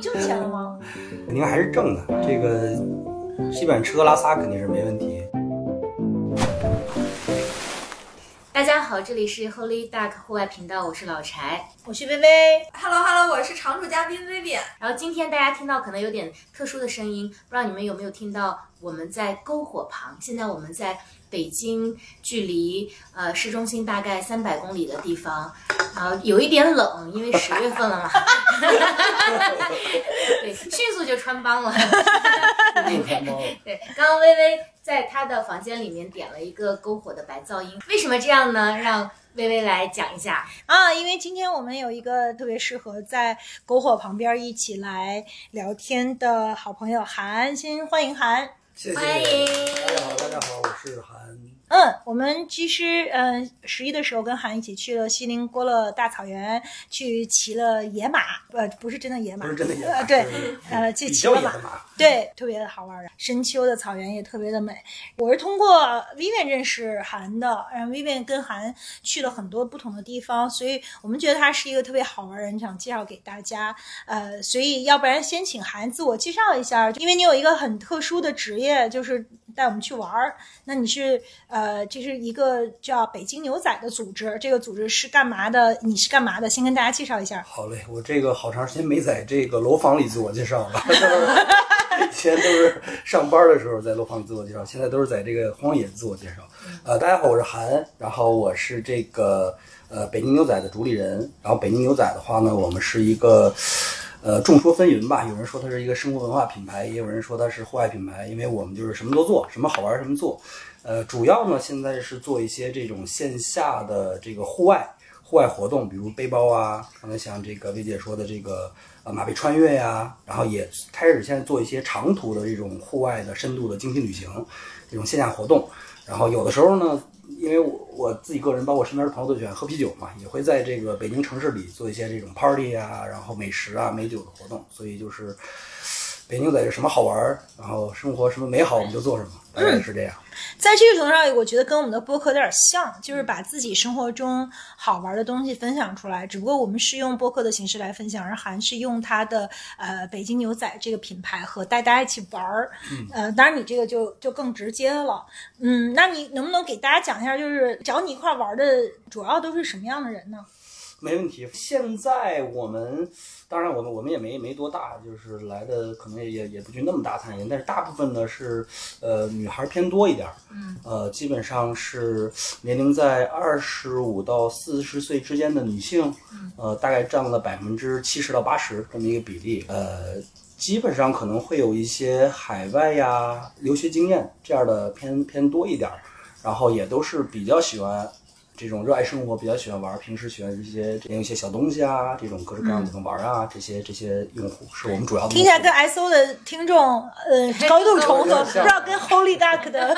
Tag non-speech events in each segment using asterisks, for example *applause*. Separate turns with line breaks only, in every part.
挣钱了吗？
肯定还是挣的。这个基本吃喝拉撒肯定是没问题。
大家好，这里是 Holy Duck 户外频道，我是老柴。
*laughs* 我是薇薇，
Hello Hello，我是常驻嘉宾 Vivian。
然后今天大家听到可能有点特殊的声音，不知道你们有没有听到？我们在篝火旁，现在我们在北京，距离呃市中心大概三百公里的地方，然后有一点冷，因为十月份了嘛， *laughs* 对，迅速就穿帮了。 *laughs*
哎
对，刚刚微微在她的房间里面点了一个篝火的白噪音，为什么这样呢？让微微来讲一下。
啊，因为今天我们有一个特别适合在篝火旁边一起来聊天的好朋友韩，先欢迎韩。
谢谢。
欢迎
大家好，大家好，我是韩。
嗯，我们其实嗯十一的时候跟韩一起去了锡林郭勒大草原，去骑了野马，呃，不是真的野马，
不是真的野马
呃对
是，
呃，去
比
骑
较
了
野
马
的，马，
对，特别的好玩儿的。啊深秋的草原也特别的美。我是通过 Vivian 认识韩的，然后 Vivian 跟韩去了很多不同的地方，所以我们觉得他是一个特别好玩的人，想介绍给大家。呃，所以要不然先请韩自我介绍一下，因为你有一个很特殊的职业，就是带我们去玩儿。那你是呃，这是一个叫北京牛仔的组织，这个组织是干嘛的？你是干嘛的？先跟大家介绍一下。
好嘞，我这个好长时间没在这个楼房里自我介绍了， *laughs* 以前都是上班的时候在楼房里自我介绍，现在都是在这个荒野自我介绍。呃，大家好，我是韩，然后我是这个呃北京牛仔的主理人。然后北京牛仔的话呢，我们是一个呃众说纷纭吧，有人说它是一个生活文化品牌，也有人说它是户外品牌，因为我们就是什么都做，什么好玩什么做。呃，主要呢现在是做一些这种线下的这个户外。户外活动，比如背包啊，刚才像这个薇姐说的这个呃马背穿越呀、然后也开始现在做一些长途的这种户外的深度的精品旅行，这种线下活动。然后有的时候呢，因为我我自己个人，包括身边的朋友都喜欢喝啤酒嘛，也会在这个北京城市里做一些这种 party 啊，然后美食啊、美酒的活动。所以就是北京在这什么好玩儿，然后生活什么美好我们就做什么，大概是这样。
在这个程度上，我觉得跟我们的播客有点像，
嗯
就是把自己生活中好玩的东西分享出来。只不过我们是用播客的形式来分享，而韩是用他的呃北京牛仔这个品牌和带大家一起玩儿。
嗯
呃，当然你这个就就更直接了。嗯，那你能不能给大家讲一下，就是找你一块玩的主要都是什么样的人
啊
呢？
没问题。现在我们，当然我们我们也没没多大，就是来的可能也也也不去那么大餐饮，但是大部分呢是呃女孩偏多一点，嗯，呃基本上是年龄在二十五到四十岁之间的女性，呃大概占了百分之七十到八十这么一个比例，呃。基本上可能会有一些海外呀、留学经验这样的偏偏多一点儿，然后也都是比较喜欢这种热爱生活、比较喜欢玩儿，平时喜欢一些这样一些小东西啊，这种各式各样的玩儿啊，这些这些用户是我们主要的用户。
听起来跟 S O 的听众
*laughs*
呃高度重合，
有点
不知
像
道跟 Holy Duck
*laughs*
的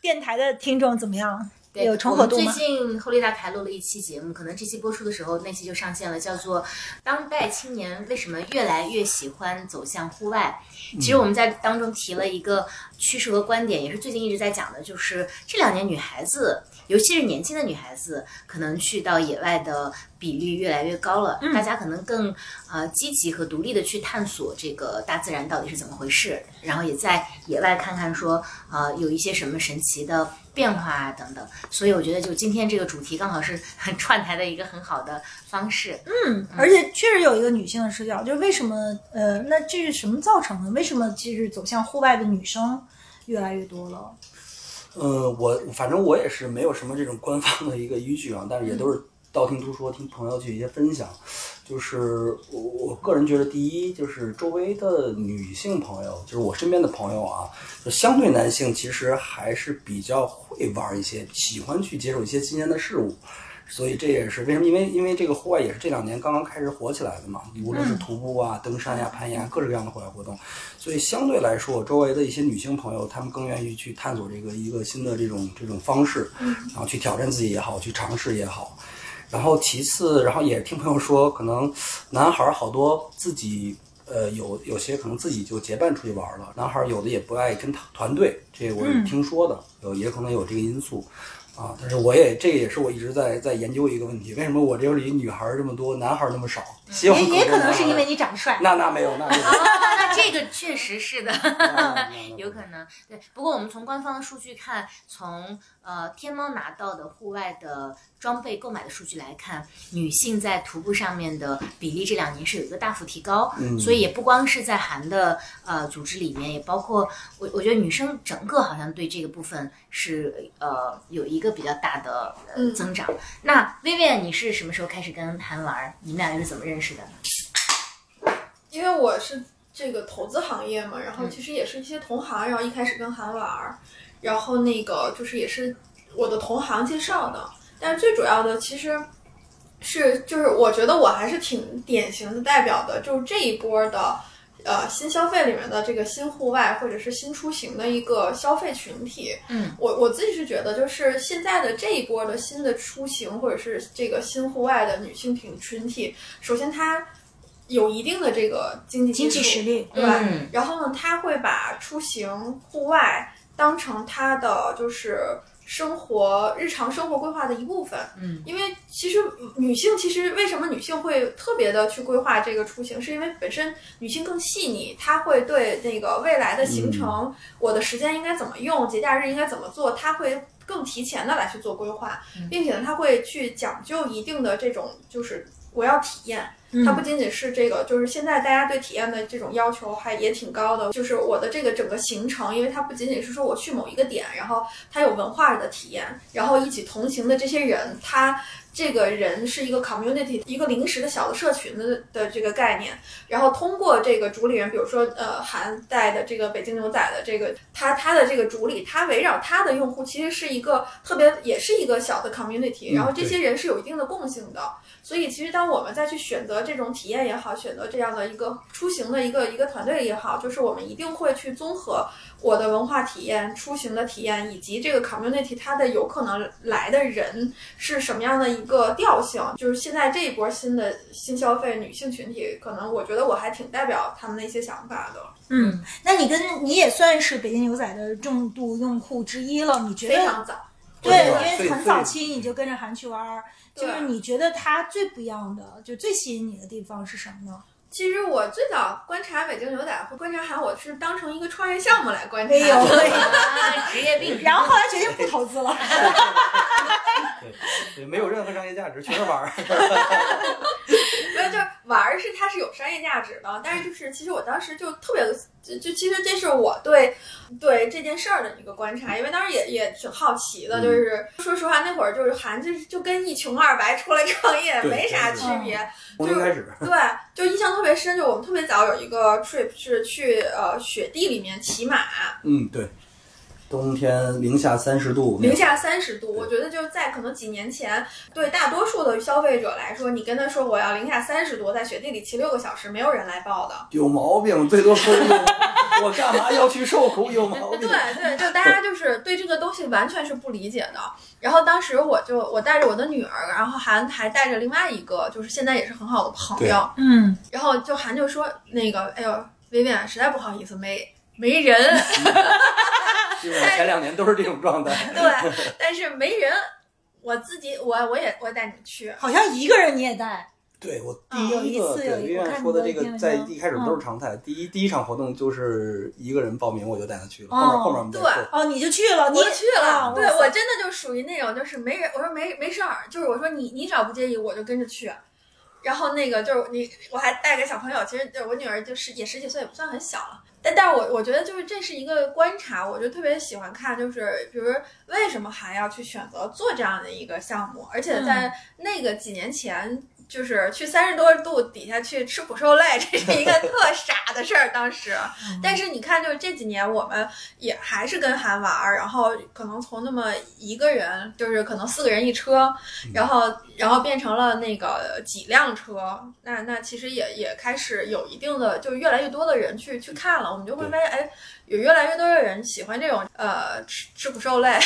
电台的听众怎么样？
对
有重合度
我
吗
们？最近后力大台录了一期节目，可能这期播出的时候，那期就上线了，叫做《当代青年为什么越来越喜欢走向户外》。
嗯
其实我们在当中提了一个趋势和观点，也是最近一直在讲的，就是这两年女孩子，尤其是年轻的女孩子，可能去到野外的比率越来越高了。
嗯
大家可能更呃积极和独立的去探索这个大自然到底是怎么回事，然后也在野外看看说呃有一些什么神奇的变化啊等等。所以我觉得就今天这个主题刚好是 *laughs* 很串台的一个很好的方式。哦
而且确实有一个女性的视角，就是为什么呃，那这是什么造成的？为什么就是走向户外的女生越来越多了？
呃，我反正我也是没有什么这种官方的一个依据啊，但是也都是道听途说，听朋友去一些分享。就是我我个人觉得，第一就是周围的女性朋友，就是我身边的朋友啊，就相对男性其实还是比较会玩一些，喜欢去接受一些新鲜的事物。所以这也是为什么，因为因为这个户外也是这两年刚刚开始火起来的嘛，无论是徒步啊、登山呀、攀岩啊各式各样的户外活动，所以相对来说，我周围的一些女性朋友，她们更愿意去探索这个一个新的这种这种方式，然后去挑战自己也好，去尝试也好。然后其次，然后也听朋友说，可能男孩儿好多自己呃有有些可能自己就结伴出去玩儿了，男孩儿有的也不爱跟团团队，这我是听说的，有也可能有这个因素。啊，但是我也这也是我一直在在研究一个问题，为什么我这里女孩儿这么多，男孩儿那么少？希
嗯
望
也也
更多
可能是
男孩儿
因为你长得帅。
啊那那没有，
*laughs*
那没有
那这个确实是的。
那那那没
有可能，对。不过我们从官方的数据看，从呃天猫拿到的户外的装备购买的数据来看，女性在徒步上面的比例这两年是有一个大幅提高。
嗯
所以也不光是在韩的呃组织里面，也包括我，我觉得女生整个好像对这个部分是呃有一个比较大的、呃、
嗯
增长。那 Vivian，你是什么时候开始跟韩玩儿？你们俩又是怎么认识的？
因为我是这个投资行业嘛，然后其实也是一些同行，然后一开始跟韩玩儿，然后那个就是也是我的同行介绍的，但是最主要的其实是就是我觉得我还是挺典型的代表的，就是这一波的。呃，新消费里面的这个新户外或者是新出行的一个消费群体，
嗯，
我我自己是觉得，就是现在的这一波的新的出行或者是这个新户外的女性群群体，首先她有一定的这个经济基
经济
础
实力，
对，
嗯
然后呢，他会把出行户外当成他的就是生活日常生活规划的一部分。
嗯，
因为其实女性其实为什么女性会特别的去规划这个出行，是因为本身女性更细腻，她会对那个未来的行程，我的时间应该怎么用，节假日应该怎么做，她会。更提前的来去做规划，并且呢，她会去讲究一定的这种，就是我要体验，
嗯
它不仅仅是这个，就是现在大家对体验的这种要求还也挺高的。就是我的这个整个行程，因为它不仅仅是说我去某一个点，然后它有文化的体验，然后一起同行的这些人，他这个人是一个 community，一个临时的小的社群的的这个概念。然后通过这个主理人，比如说呃韩带的这个北京牛仔的这个他他的这个主理，他围绕他的用户其实是一个特别也是一个小的 community，
嗯
然后这
对
些人是有一定的共性的。所以其实当我们再去选择这种体验也好，选择这样的一个出行的一个一个团队也好，就是我们一定会去综合我的文化体验、出行的体验，以及这个 community 它的有可能来的人是什么样的一个调性。就是现在这一波新的新消费女性群体，可能我觉得我还挺代表他们的一些想法的。
嗯，那你跟你也算是北京牛仔的重度用户之一了，你觉
非
得？
常早，
对，
对
因为
最
很
最
早期你就跟着韩去玩儿，就是
对
你觉得它最不一样的，就最吸引你的地方是什么呢？
其实我最早观察北京牛仔或观察韩，我是当成一个创业项目来观察
哎呦
*laughs* 的。
啊，职业病。
然后后来决定不投资了。
对对，没有任何商业价值，全是玩
*laughs*
儿。
没有，就是玩儿是它是有商业价值的，但是就是其实我当时就特别就就其实这是我对对这件事儿的一个观察，因为当时也也挺好奇的，
嗯
就是说实话那会儿就是韩就是就跟一穷二白出来创业
对
没啥
对
区
嗯
别，
从零开始，
对，就印象特别深，就我们特别早有一个 trip 是去呃雪地里面骑马，
嗯，对，冬天零下三十度，
零下三十度，
对
我觉得就在可能几年前，对大多数的消费者来说，你跟他说我要零下三十度在雪地里骑六个小时，没有人来报的。
有毛病，最多说一句， *laughs* 我干嘛要去受苦？有毛病。
对对，就大家就是对这个东西完全是不理解的。然后当时我就我带着我的女儿，然后还还带着另外一个就是现在也是很好的朋
对
友，
嗯，
然后就韩就说那个哎呦，薇薇实在不好意思没。没人，
基本上前两年都是这
*laughs*
种状态。
*laughs* 对，但是没人，我自己我我也我带你去，
好像一个人你也带，
对我
啊有
第
一
一个
次有
对
一
医
我
院
看
说的
你的
这
嗯
个，
那
在
个
一开始都是常态。第一第一场活动就是一个人报名，我就带他去了，
哦
后面后面我们再说。
哦，你就去了，你
我去了，
啊
对
哇塞
我真的就属于那种就是没人，我说没没事儿，就是我说你你只要不介意，我就跟着去。然后那个就是你，我还带个小朋友，其实就我女儿就是也十几岁，也不算很小了。但但是我我觉得就是这是一个观察，我就特别喜欢看，就是比如为什么还要去选择做这样的一个项目，而且在那个几年前，就是去三十多度底下去吃苦受累，这是一个特傻的事儿，当时。 *laughs* 但是你看，就是这几年我们也还是跟韩玩儿，然后可能从那么一个人，就是可能四个人一车，然后然后变成了那个几辆车，那那其实也也开始有一定的，就是越来越多的人去去看了，我们就会发现，哎，有越来越多的人喜欢这种呃吃吃苦受累，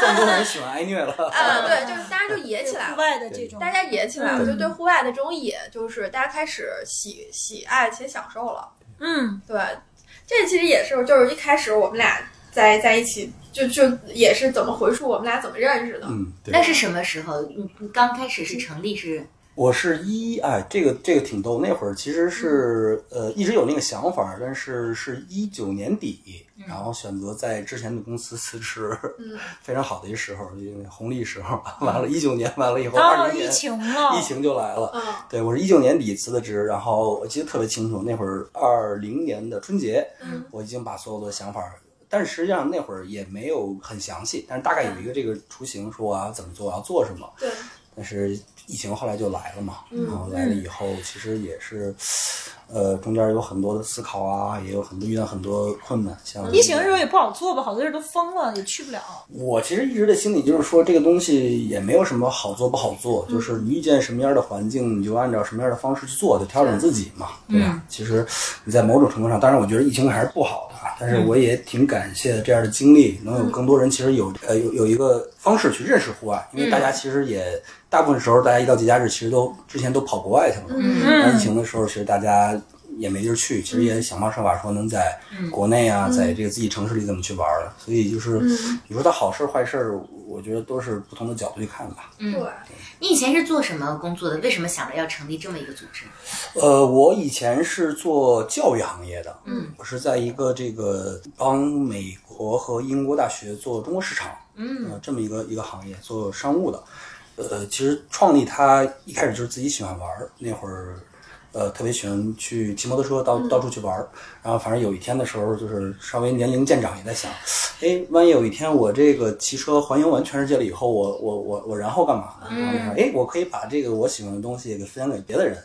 更多人喜欢挨虐了。
*laughs* 啊，对，嗯就是大家就野起来
户
了。
外的这种，
大家野起来了，
对
就对户外的这种野，就是大家开始喜喜爱且享受了。
嗯，
对，这其实也是，就是一开始我们俩在在一起，就就也是怎么回溯我们俩怎么认识的。
嗯，对
*laughs* 那。是什么时候？你你刚开始是成立是
我是一哎，这个这个挺逗。那会儿其实是
嗯
呃一直有那个想法，但是是一九年底，
嗯
然后选择在之前的公司辞职， *laughs*
嗯，
非常好的一时候，因为红利时候。完了，一九年完了以后，二
嗯哦，
零
疫
年
情了，
疫情就来了。
嗯
对，我是一九年底辞的职，然后我记得特别清楚，那会儿二零年的春节，
嗯
我已经把所有的想法儿，但是实际上那会儿也没有很详细，但是大概有一个这个雏形，说我要怎么做，我要做什么。
对，
但是疫情后来就来了嘛，
嗯
然后来了以后，其实也是，呃，中间有很多的思考啊，也有很多遇到很多困难，像
疫情的时候也不好做吧，好多人都疯了，也去不了。
我其实一直的心里就是说，这个东西也没有什么好做不好做，就是你遇见什么样的环境，你就按照什么样的方式去做，就调整自己嘛，对吧？其实你在某种程度上，当然我觉得疫情还是不好的啊，但是我也挺感谢这样的经历，能有更多人其实有呃有有一个方式去认识户外，因为大家其实也大部分时候大家一到节假日，其实都之前都跑国外去了，
嗯
那疫
嗯，
情的时候，其实大家也没地儿去，其实也想方设法说能在国内啊，在这个自己城市里怎么去玩儿了。所以就是，
嗯
你说它好事儿坏事儿，我觉得都是不同的角度去看吧。
对，
你以前是做什么工作的？为什么想着要成立这么一个组织？
呃，我以前是做教育行业的，
嗯，
我是在一个这个帮美国和英国大学做中国市场，
嗯
呃，这么一个一个行业做商务的。呃，其实创立它一开始就是自己喜欢玩儿，那会儿呃特别喜欢去骑摩托车到
嗯
到处去玩儿，然后反正有一天的时候，就是稍微年龄渐长，也在想，哎，万一有一天我这个骑车环游完全世界了以后，我我我我然后干嘛？
嗯
然后哎，我可以把这个我喜欢的东西给分享给别的人。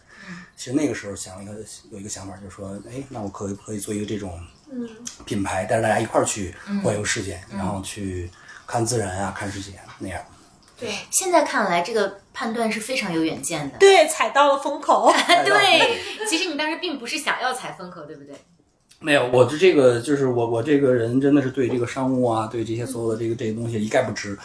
其实那个时候想了一个有一个想法，就是说，哎，那我可不可以做一个这种
嗯
品牌，带着大家一块儿去环游世界，然后去看自然啊，看世界那样。
对，
现在看来，这个判断是非常有远见的。
对，踩到了风
*laughs*
口。
啊
对，其实你当时并不是想要踩风口，对不对？
没有，我的这个就是我我这个人真的是对这个商务啊，对这些所有的这个这些东西一概不知，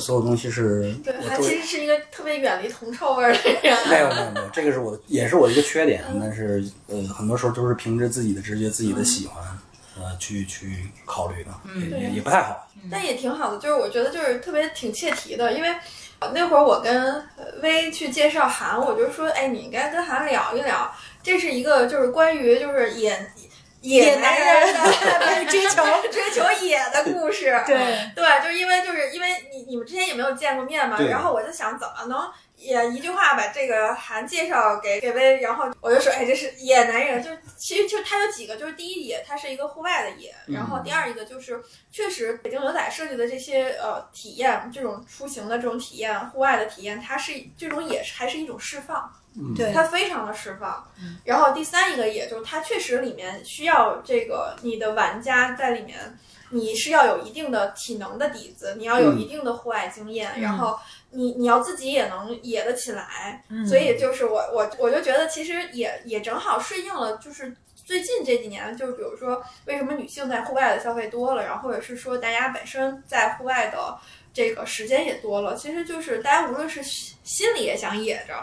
所有东西是
嗯对，
我
他
都
其实是一个特别远离铜臭味儿的人。
没有没有没有，这个是我的也是我的一个缺点，但是呃，很多时候都是凭着自己的直觉、自
嗯
己的喜欢，呃，去去考虑的，也也也不太好。
*laughs* 但也挺好的，就是我觉得就是特别挺切题的，因为呃那会儿我跟呃薇去介绍韩，我就说，哎，你应该跟韩聊一聊，这是一个就是关于就是野野
男
人的 *laughs*
追求
追求野的故事。
*laughs*
对，
*laughs* 对，就是因为就是因为你你们之前也没有见过面嘛，
对
然后我就想怎么能。也一句话把这个韩介绍给给薇，然后我就说，哎，这是野男人，就是其实就他有几个，就是第一野，它是一个户外的野，然后第二一个就是确实，北京牛仔设计的这些呃体验，这种出行的这种体验，户外的体验，它是这种也是还是一种释放，
嗯
对
它非常的释放。然后第三一个，也就是它确实里面需要这个你的玩家在里面，你是要有一定的体能的底子，你要有一定的户外经验，然后你你要自己也能野得起来。
嗯
嗯
所以就是我我我就觉得其实也也正好顺应了，就是最近这几年，就是比如说为什么女性在户外的消费多了，然后或者是说大家本身在户外的这个时间也多了，其实就是大家无论是心心里也想野着，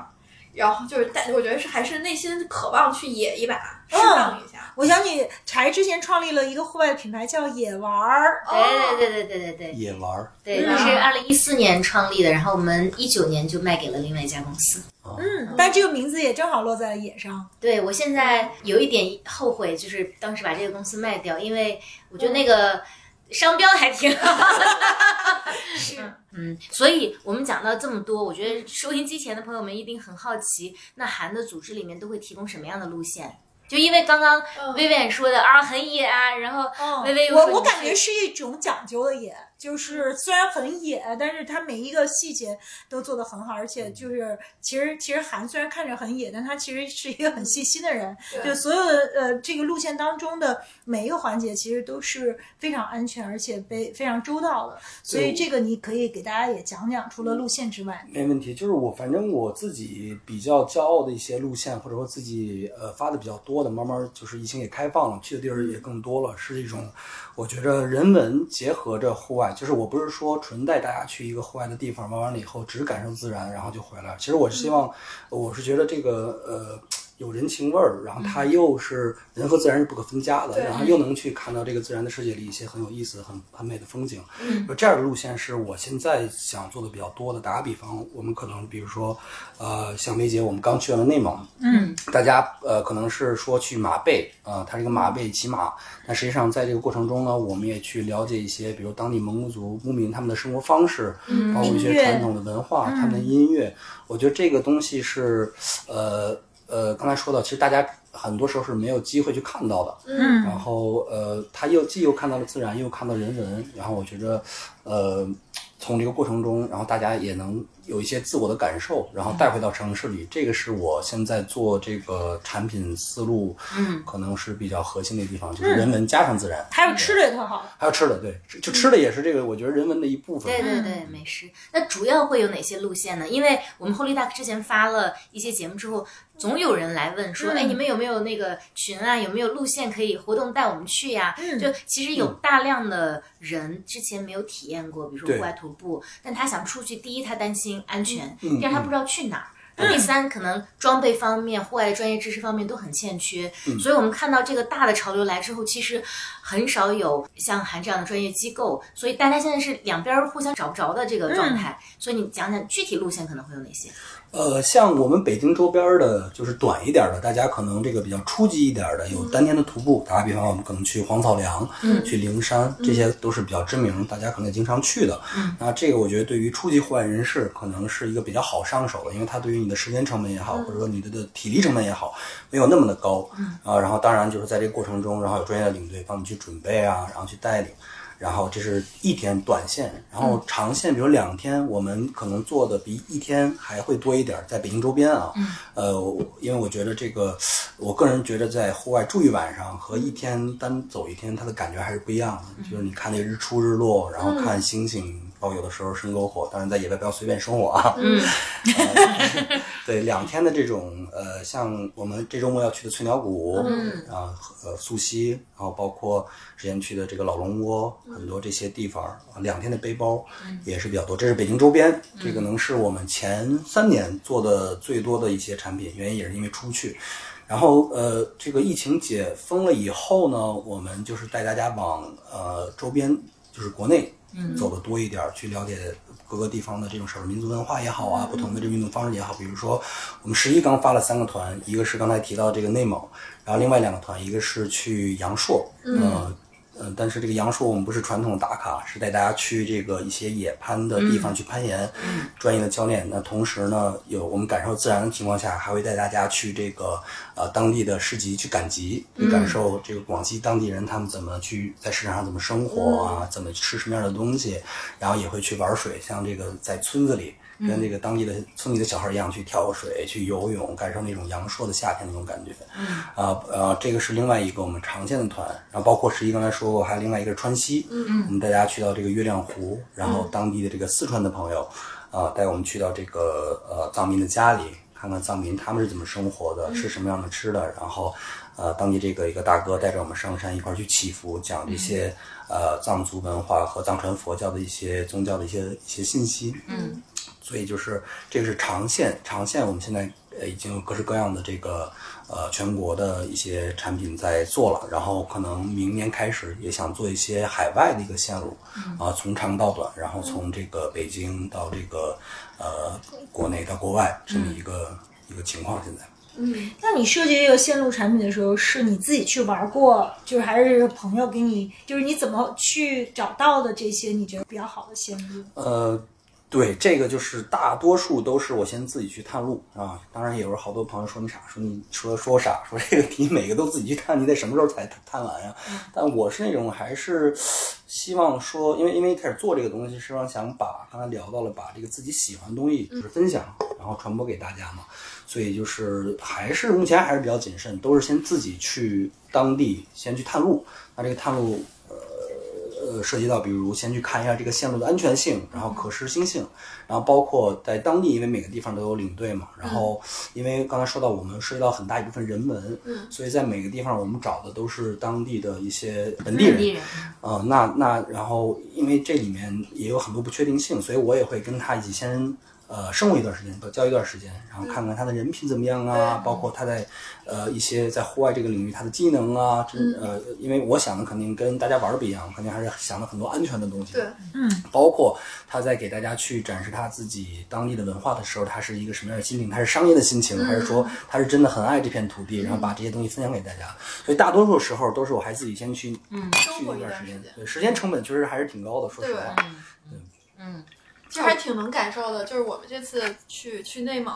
然后就是但我觉得是还是内心渴望去野一把，释放一下。
我想起柴之前创立了一个户外品牌叫野玩儿，
哦
嗯对对对对对对
也玩儿，
对，
嗯
你是二零一四年创立的，然后我们一九年就卖给了另外一家公司。
啊
嗯，但这个名字也正好落在了野上。
对我现在有一点后悔，就是当时把这个公司卖掉，因为我觉得那个商标还挺好。
哦
是，嗯，所以我们讲到这么多，我觉得收音机前的朋友们一定很好奇，那韩的组织里面都会提供什么样的路线？就因为刚刚
嗯
薇薇说的啊，很野啊，然后
嗯
薇薇又说
我
你
我
是
感觉是一种讲究的野，就是虽然很野，但是它每一个细节都做得很好，而
嗯
且就是其实其实韩虽然看着很野，但他其实是一个很细心的人，
对
就所有的呃这个路线当中的每一个环节其实都是非常安全，而且非非常周到的，所以
对
这个你可以给大家也讲讲，除了路线之外，
没问题。就是我反正我自己比较骄傲的一些路线，或者说自己呃发的比较多的，慢慢就是疫情也开放了，去的地儿也更多了，是一种我觉着人文结合着户外。就是我不是说纯带大家去一个户外的地方玩完了以后只感受自然，然后就回来了。其实我是希望，我是觉得这个呃。有人情味儿，然后它又是人和自然是不可分家的，
对
然后又能去看到这个自然的世界里一些很有意思、很很美的风景。
嗯，
这样的路线是我现在想做的比较多的。打个比方，我们可能比如说，呃，像梅姐，我们刚去完了内蒙，
嗯，
大家呃可能是说去马背啊、呃它是一个马背骑马，但实际上在这个过程中呢，我们也去了解一些，比如当地蒙古族牧民他们的生活方式，
嗯
包括一
音
些
乐嗯
传统的文化，他们的音乐，我觉得这个东西是呃呃刚才说到，其实大家很多时候是没有机会去看到的，
嗯
然后呃，他又既又看到了自然，又看到人文，然后我觉着，呃，从这个过程中，然后大家也能有一些自我的感受，然后带回到城市里，这个是我现在做这个产品思路，
嗯，
可能是比较核心的地方，就是人文加上自然，
还有吃的也特好，
还有吃的，对，吃就吃的也是这个，我觉得人文的一部分。
对对对，美食。那主要会有哪些路线呢？因为我们 Holy Duck 之前发了一些节目之后，总有人来问说，
嗯
哎，你们有没有那个群啊？有没有路线可以活动带我们去呀？
嗯
就其实有大量的人之前没有体验过，比如说户外徒步，但他想出去，第一他担心安全，
嗯
第二他不知道去哪儿。第三，可能装备方面、户外专业知识方面都很欠缺，
嗯
所以我们看到这个大的潮流来之后，其实很少有像韩这样的专业机构，所以大家现在是两边儿互相找不着的这个状
嗯
态。所以你讲讲具体路线可能会有哪些？
呃，像我们北京周边儿的，就是短一点儿的，大家可能这个比较初级一点儿的，有单天的徒步。打个比方，我们可能去黄草梁，
嗯
去灵山，这些都是比较知名，大家可能也经常去的。
嗯
那这个我觉得对于初级户外人士，可能是一个比较好上手的，因为它对于你的时间成本也好，或者说你的的体力成本也好，没有那么的高。嗯啊，然后当然就是在这个过程中，然后有专业的领队帮你去准备啊，然后去带领。然后这是一天短线，然后长线，比如两天，我们可能做的比一天还会多一点儿，在北京周边啊。
嗯
呃，我因为我觉得这个，我个人觉得在户外住一晚上和一天单走一天，它的感觉还是不一样的。就是你看那个日出日落，然后看星星，包括有的时候生篝火，当然在野外不要随便生火啊。
嗯
对，两天的这种呃，像我们这周末要去的翠鸟谷，
嗯
啊，呃，溯溪，然后包括之前去的这个老龙窝，很多这些地方，啊两天的背包也是比较多。这是北京周边，这个能是我们前三年做的最多的一些产品，原因也是因为出不去。然后呃，这个疫情解封了以后呢，我们就是带大家往呃周边，就是国内走的多一点，儿，去了解各个地方的这种少数民族文化也好啊，不同的这个运动方式也好。比如说，我们十一刚发了三个团，一个是刚才提到这个内蒙，然后另外两个团，一个是去阳朔，嗯。呃呃但是这个阳朔我们不是传统打卡，是带大家去这个一些野攀的地方去攀岩，专业的教练。那同时呢，有我们感受自然的情况下，还会带大家去这个呃当地的市集去赶集，去感受这个广西当地人他们怎么去在市场上怎么生活啊，怎么吃什么样的东西，然后也会去玩水，像这个在村子里。跟这个当地的村里的小孩一样去跳水、去游泳，感受那种阳朔的夏天那种感觉。啊呃，这个是另外一个我们常见的团，然后包括十一刚才说过，还有另外一个是川西，嗯嗯，我们带大家去到这个月亮湖，然后当地的这个四川的朋友，啊、带我们去到这个呃藏民的家里，看看藏民他们是怎么生活的，吃什么样的吃的，然后呃当地这个一个大哥带着我们上山一块儿去祈福，讲这些、呃藏族文化和藏传佛教的一些宗教的一些一些信息，
嗯
所以就是这个是长线，长线我们现在呃已经有各式各样的这个呃全国的一些产品在做了，然后可能明年开始也想做一些海外的一个线路，啊、从长到短，然后从这个北京到这个呃国内到国外这么一个、一个情况现在。
嗯，
那你设计这个线路产品的时候，是你自己去玩过，就是还是朋友给你，就是你怎么去找到的这些你觉得比较好的线路？
呃，对，这个就是大多数都是我先自己去探路啊。当然，也有好多朋友说你傻，说你说说我傻，说这个你每个都自己去探，你得什么时候才探探完呀、但我是那种还是希望说，因为因为一开始做这个东西，是让想把刚才聊到了，把这个自己喜欢的东西就是分享，然后传播给大家嘛。所以就是还是目前还是比较谨慎，都是先自己去当地先去探路。那这个探路呃，涉及到比如先去看一下这个线路的安全性，然后可实行性，然后包括在当地，因为每个地方都有领队嘛，然后因为刚才说到我们涉及到很大一部分人文，
嗯
所以在每个地方我们找的都是当地的一些本地
本
人
地，人，
呃，那那然后因为这里面也有很多不确定性，所以我也会跟他一起先呃生活一段时间，到教一段时间，然后看看他的人品怎么样啊，包括他在呃一些在户外这个领域他的技能啊，这呃，因为我想的肯定跟大家玩儿的不一样，肯定还是想了很多安全的东西。
对，
包括他在给大家去展示他自己当地的文化的时候，他是一个什么样的心情？他是商业的心情，还是说他是真的很爱这片土地，然后把这些东西分享给大家？所以大多数时候都是我还自己先去，嗯，去
生活
一
一
段
段
时
时
间
间，
对，时间成本确实还是挺高的，说实话。
嗯，
其实还挺能感受的，就是我们这次去去内蒙，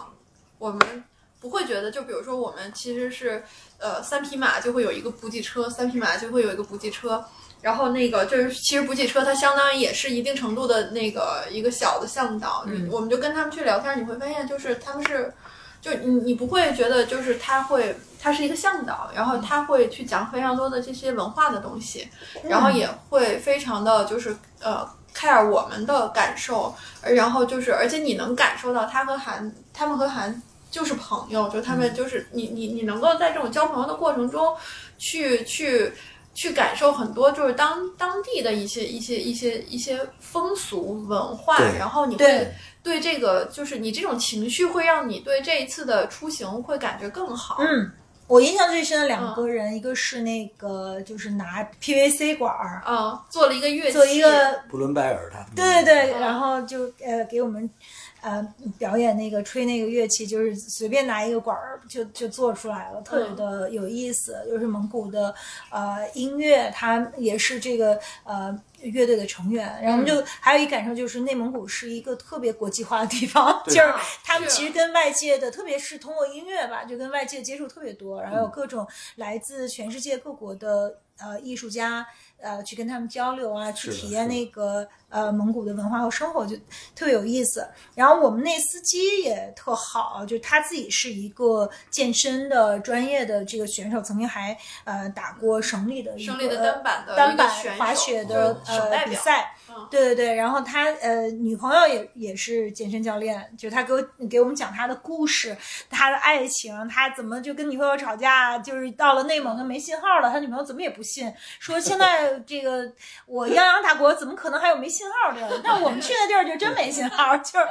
我们不会觉得，就比如说我们其实是呃三匹马就会有一个补给车，三匹马就会有一个补给车，然后那个就是其实补给车它相当于也是一定程度的那个一个小的向导，
嗯
我们就跟他们去聊天，你会发现就是他们是。就你，你不会觉得就是他会，他是一个向导，然后他会去讲非常多的这些文化的东西，然后也会非常的就是呃 care 我们的感受，而然后就是而且你能感受到他和韩他们和韩就是朋友，就他们就是你你你能够在这种交朋友的过程中去去。去感受很多就是当当地的一些一些一些一些风俗文化，
对
然后你会
对
对这个就是你这种情绪会让你对这一次的出行会感觉更好。
嗯，我印象最深的两个人，一个是那个就是拿 PVC 管儿
啊，做了一个乐器，
做一个，
布伦拜尔他，
对对对，
嗯
然后就呃给我们。呃，表演那个吹那个乐器，就是随便拿一个管儿就就做出来了，特别的有意思。就是蒙古的呃音乐，它也是这个呃乐队的成员。然后我们
嗯
就还有一感受就是，内蒙古是一个特别国际化的地
*laughs*
方，
对
就是他们
啊是
其实跟外界的，特别是通过音乐吧，就跟外界接触特别多，然后有各种来自全世界各国的呃艺术家，呃，去跟他们交流啊，去
是的
体验
是的
那个呃蒙古的文化和生活，就特别有意思。然后我们那司机也特好，就他自己是一个健身的专业的这个选手，曾经还呃打过省里的一
胜利的
个
单板的
单板
一个选手
滑雪的
哦
嗯省
呃
代
比
表。
赛
嗯，
对对对，然后他呃女朋友也也是健身教练，就是他给我给我们讲他的故事，他的爱情，他怎么就跟女朋友吵架，就是到了内蒙就没信号了，他女朋友怎么也不信，说现在这个我泱泱大国怎么可能还有没信号的？那我们去那地儿就真没信号，就是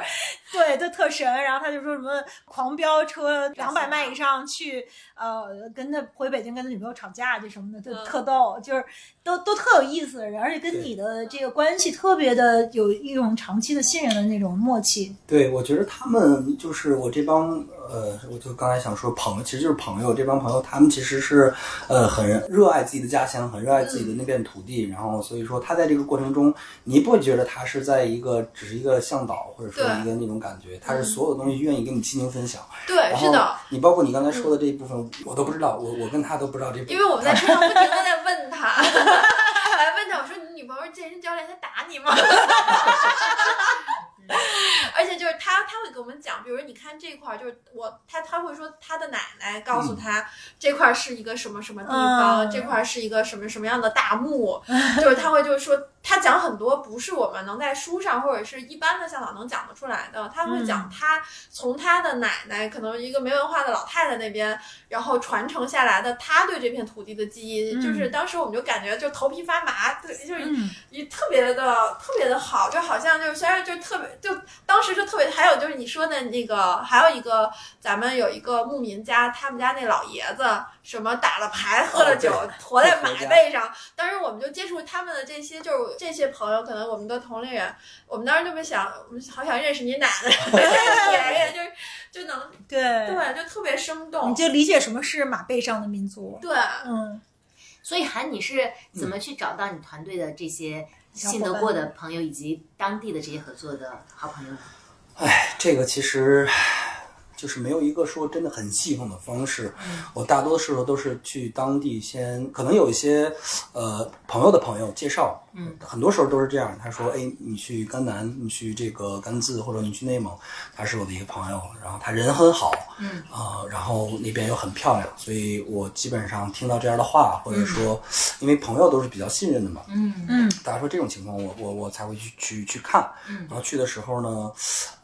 对，都特神。然后他就说什么狂飙车两百迈以上去，呃，跟他回北京跟他女朋友吵架这什么的，就
嗯
特逗，就是都都特有意思，而且跟
对
你的这个关系特别的有一种长期的信任的那种默契。
对，我觉得他们就是我这帮呃，我就刚才想说朋友，其实就是朋友。这帮朋友他们其实是呃很热爱自己的家乡，很热爱自
嗯
己的那片土地。然后所以说他在这个过程中，你不会觉得他是在一个只是一个向导，或者说
对
一个那种感觉，他是所有东西愿意跟你亲情分享。
对，
然
是
后
的，嗯
你包括你刚才说的这一部分，我都不知道，我我跟他都不知道这部分。
因为我们在车上不停的在问他，还问他我说你女朋友是健身教练，他打你吗？ *laughs* 而且就是他，他会给我们讲，比如你看这块儿，就是我他他会说他的奶奶告诉他、这块儿是一个什么什么地方，
嗯
这块儿是一个什么什么样的大墓，就是他会就是说他讲很多不是我们能在书上或者是一般的向导能讲得出来的，他会讲他从他的奶奶可能一个没文化的老太太那边，然后传承下来的他对这片土地的记忆，
嗯
就是当时我们就感觉就头皮发麻，对，就是
嗯，
也特别的特别的好，就好像就是虽然就特别就当时就特别，还有就是你说的那个，还有一个咱们有一个牧民家，他们家那老爷子什么打了牌喝了酒，
哦
驮在
对
马
回家
背上，当时我们就接触他们的这些就是这些朋友，可能我们的同龄人，我们当时就没想，我们好想认识你奶奶，
*laughs*
爷爷，就是就能
对，
对，就特别生
你
动，
就理解什么是马背上的民族。
对。
嗯，
所以韩，你是怎么去找到你团队的这些信
小伙
得
伴
过的朋友，以及当地的这些合作的好朋友呢？
哎，这个其实唉就是没有一个说真的很系统的方式。我大多时候都是去当地先，可能有一些呃朋友的朋友介绍，嗯，很多时候都是这样。他说，哎，你去甘南，你去这个甘孜，或者你去内蒙，他是我的一个朋友，然后他人很好，
嗯，
啊、然后那边又很漂亮，所以我基本上听到这样的话，或者说，因为朋友都是比较信任的嘛，
嗯
大家说这种情况，我我我才会去去去看。
嗯
然后去的时候呢，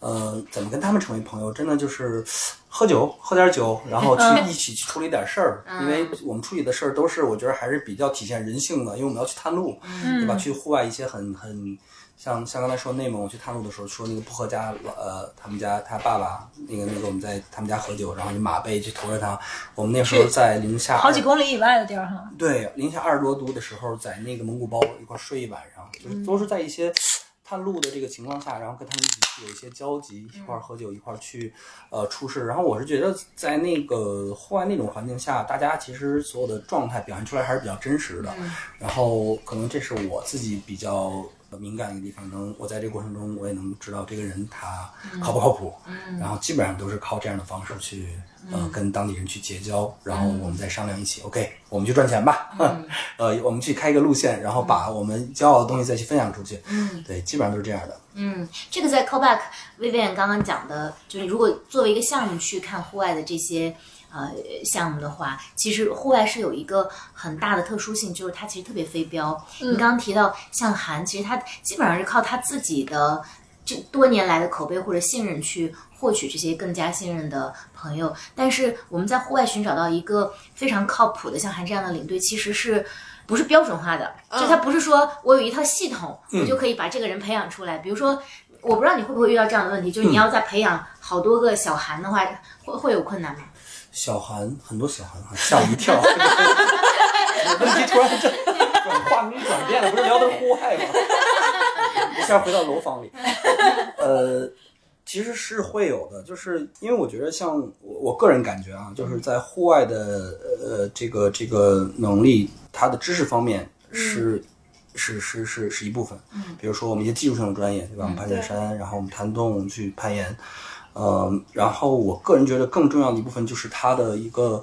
呃，怎么跟他们成为朋友？真的就是喝酒，喝点酒，然后
嗯
去一起去处理点事儿。因为我们处理的事儿
嗯
都是我觉得还是比较体现人性的，因为我们要去探路，对吧？去户外一些很很像像刚才说内蒙，我去探路的时候说那个薄荷家呃他们家他爸爸那个那个我们在他们家喝酒，然后你马背去驮着他，我们那时候在零下
好几
20
公里以外的地儿哈。
对，零下二十多度的时候，在那个蒙古包一块儿睡一晚上，就是都是在一些探路的这个情况下，然后跟他们一起去有一些交集，一块儿喝酒，一块儿去呃出事。然后我是觉得在那个户外那种环境下，大家其实所有的状态表现出来还是比较真实的。然后可能这是我自己比较。敏感的一个地方，能我在这个过程中，我也能知道这个人他靠不靠谱，然后基本上都是靠这样的方式去，呃，跟当地人去结交，然后我们再商量一起，OK，我们去赚钱吧，呃，我们去开一个路线，然后把我们骄傲的东西再去分享出去，
嗯
对，基本上都是这样的。
嗯，这个在 callback Vivian 刚刚讲的，就是如果作为一个项目去看户外的这些呃项目的话，其实户外是有一个很大的特殊性，就是它其实特别非标。你刚刚提到像韩，其实他基本上是靠他自己的这多年来的口碑或者信任去获取这些更加信任的朋友。但是我们在户外寻找到一个非常靠谱的像韩这样的领队，其实是不是标准化的？就他不是说我有一套系统，我就可以把这个人培养出来。比如说，我不知道你会不会遇到这样的问题，就是你要再培养好多个小韩的话，会会有困难吗？
小韩很多小韩啊吓我一跳， *laughs* 问题突然转转画面转变了，不是聊的户外吗？ *laughs* 一下回到楼房里，呃，其实是会有的，就是因为我觉得像我我个人感觉啊，就是在户外的呃这个这个能力，它的知识方面是、是是是是一部分，比如说我们一些技术性的专业，对吧？我们攀雪山，然后我们探洞，我们去攀岩，呃，然后我个人觉得更重要的一部分就是它的一个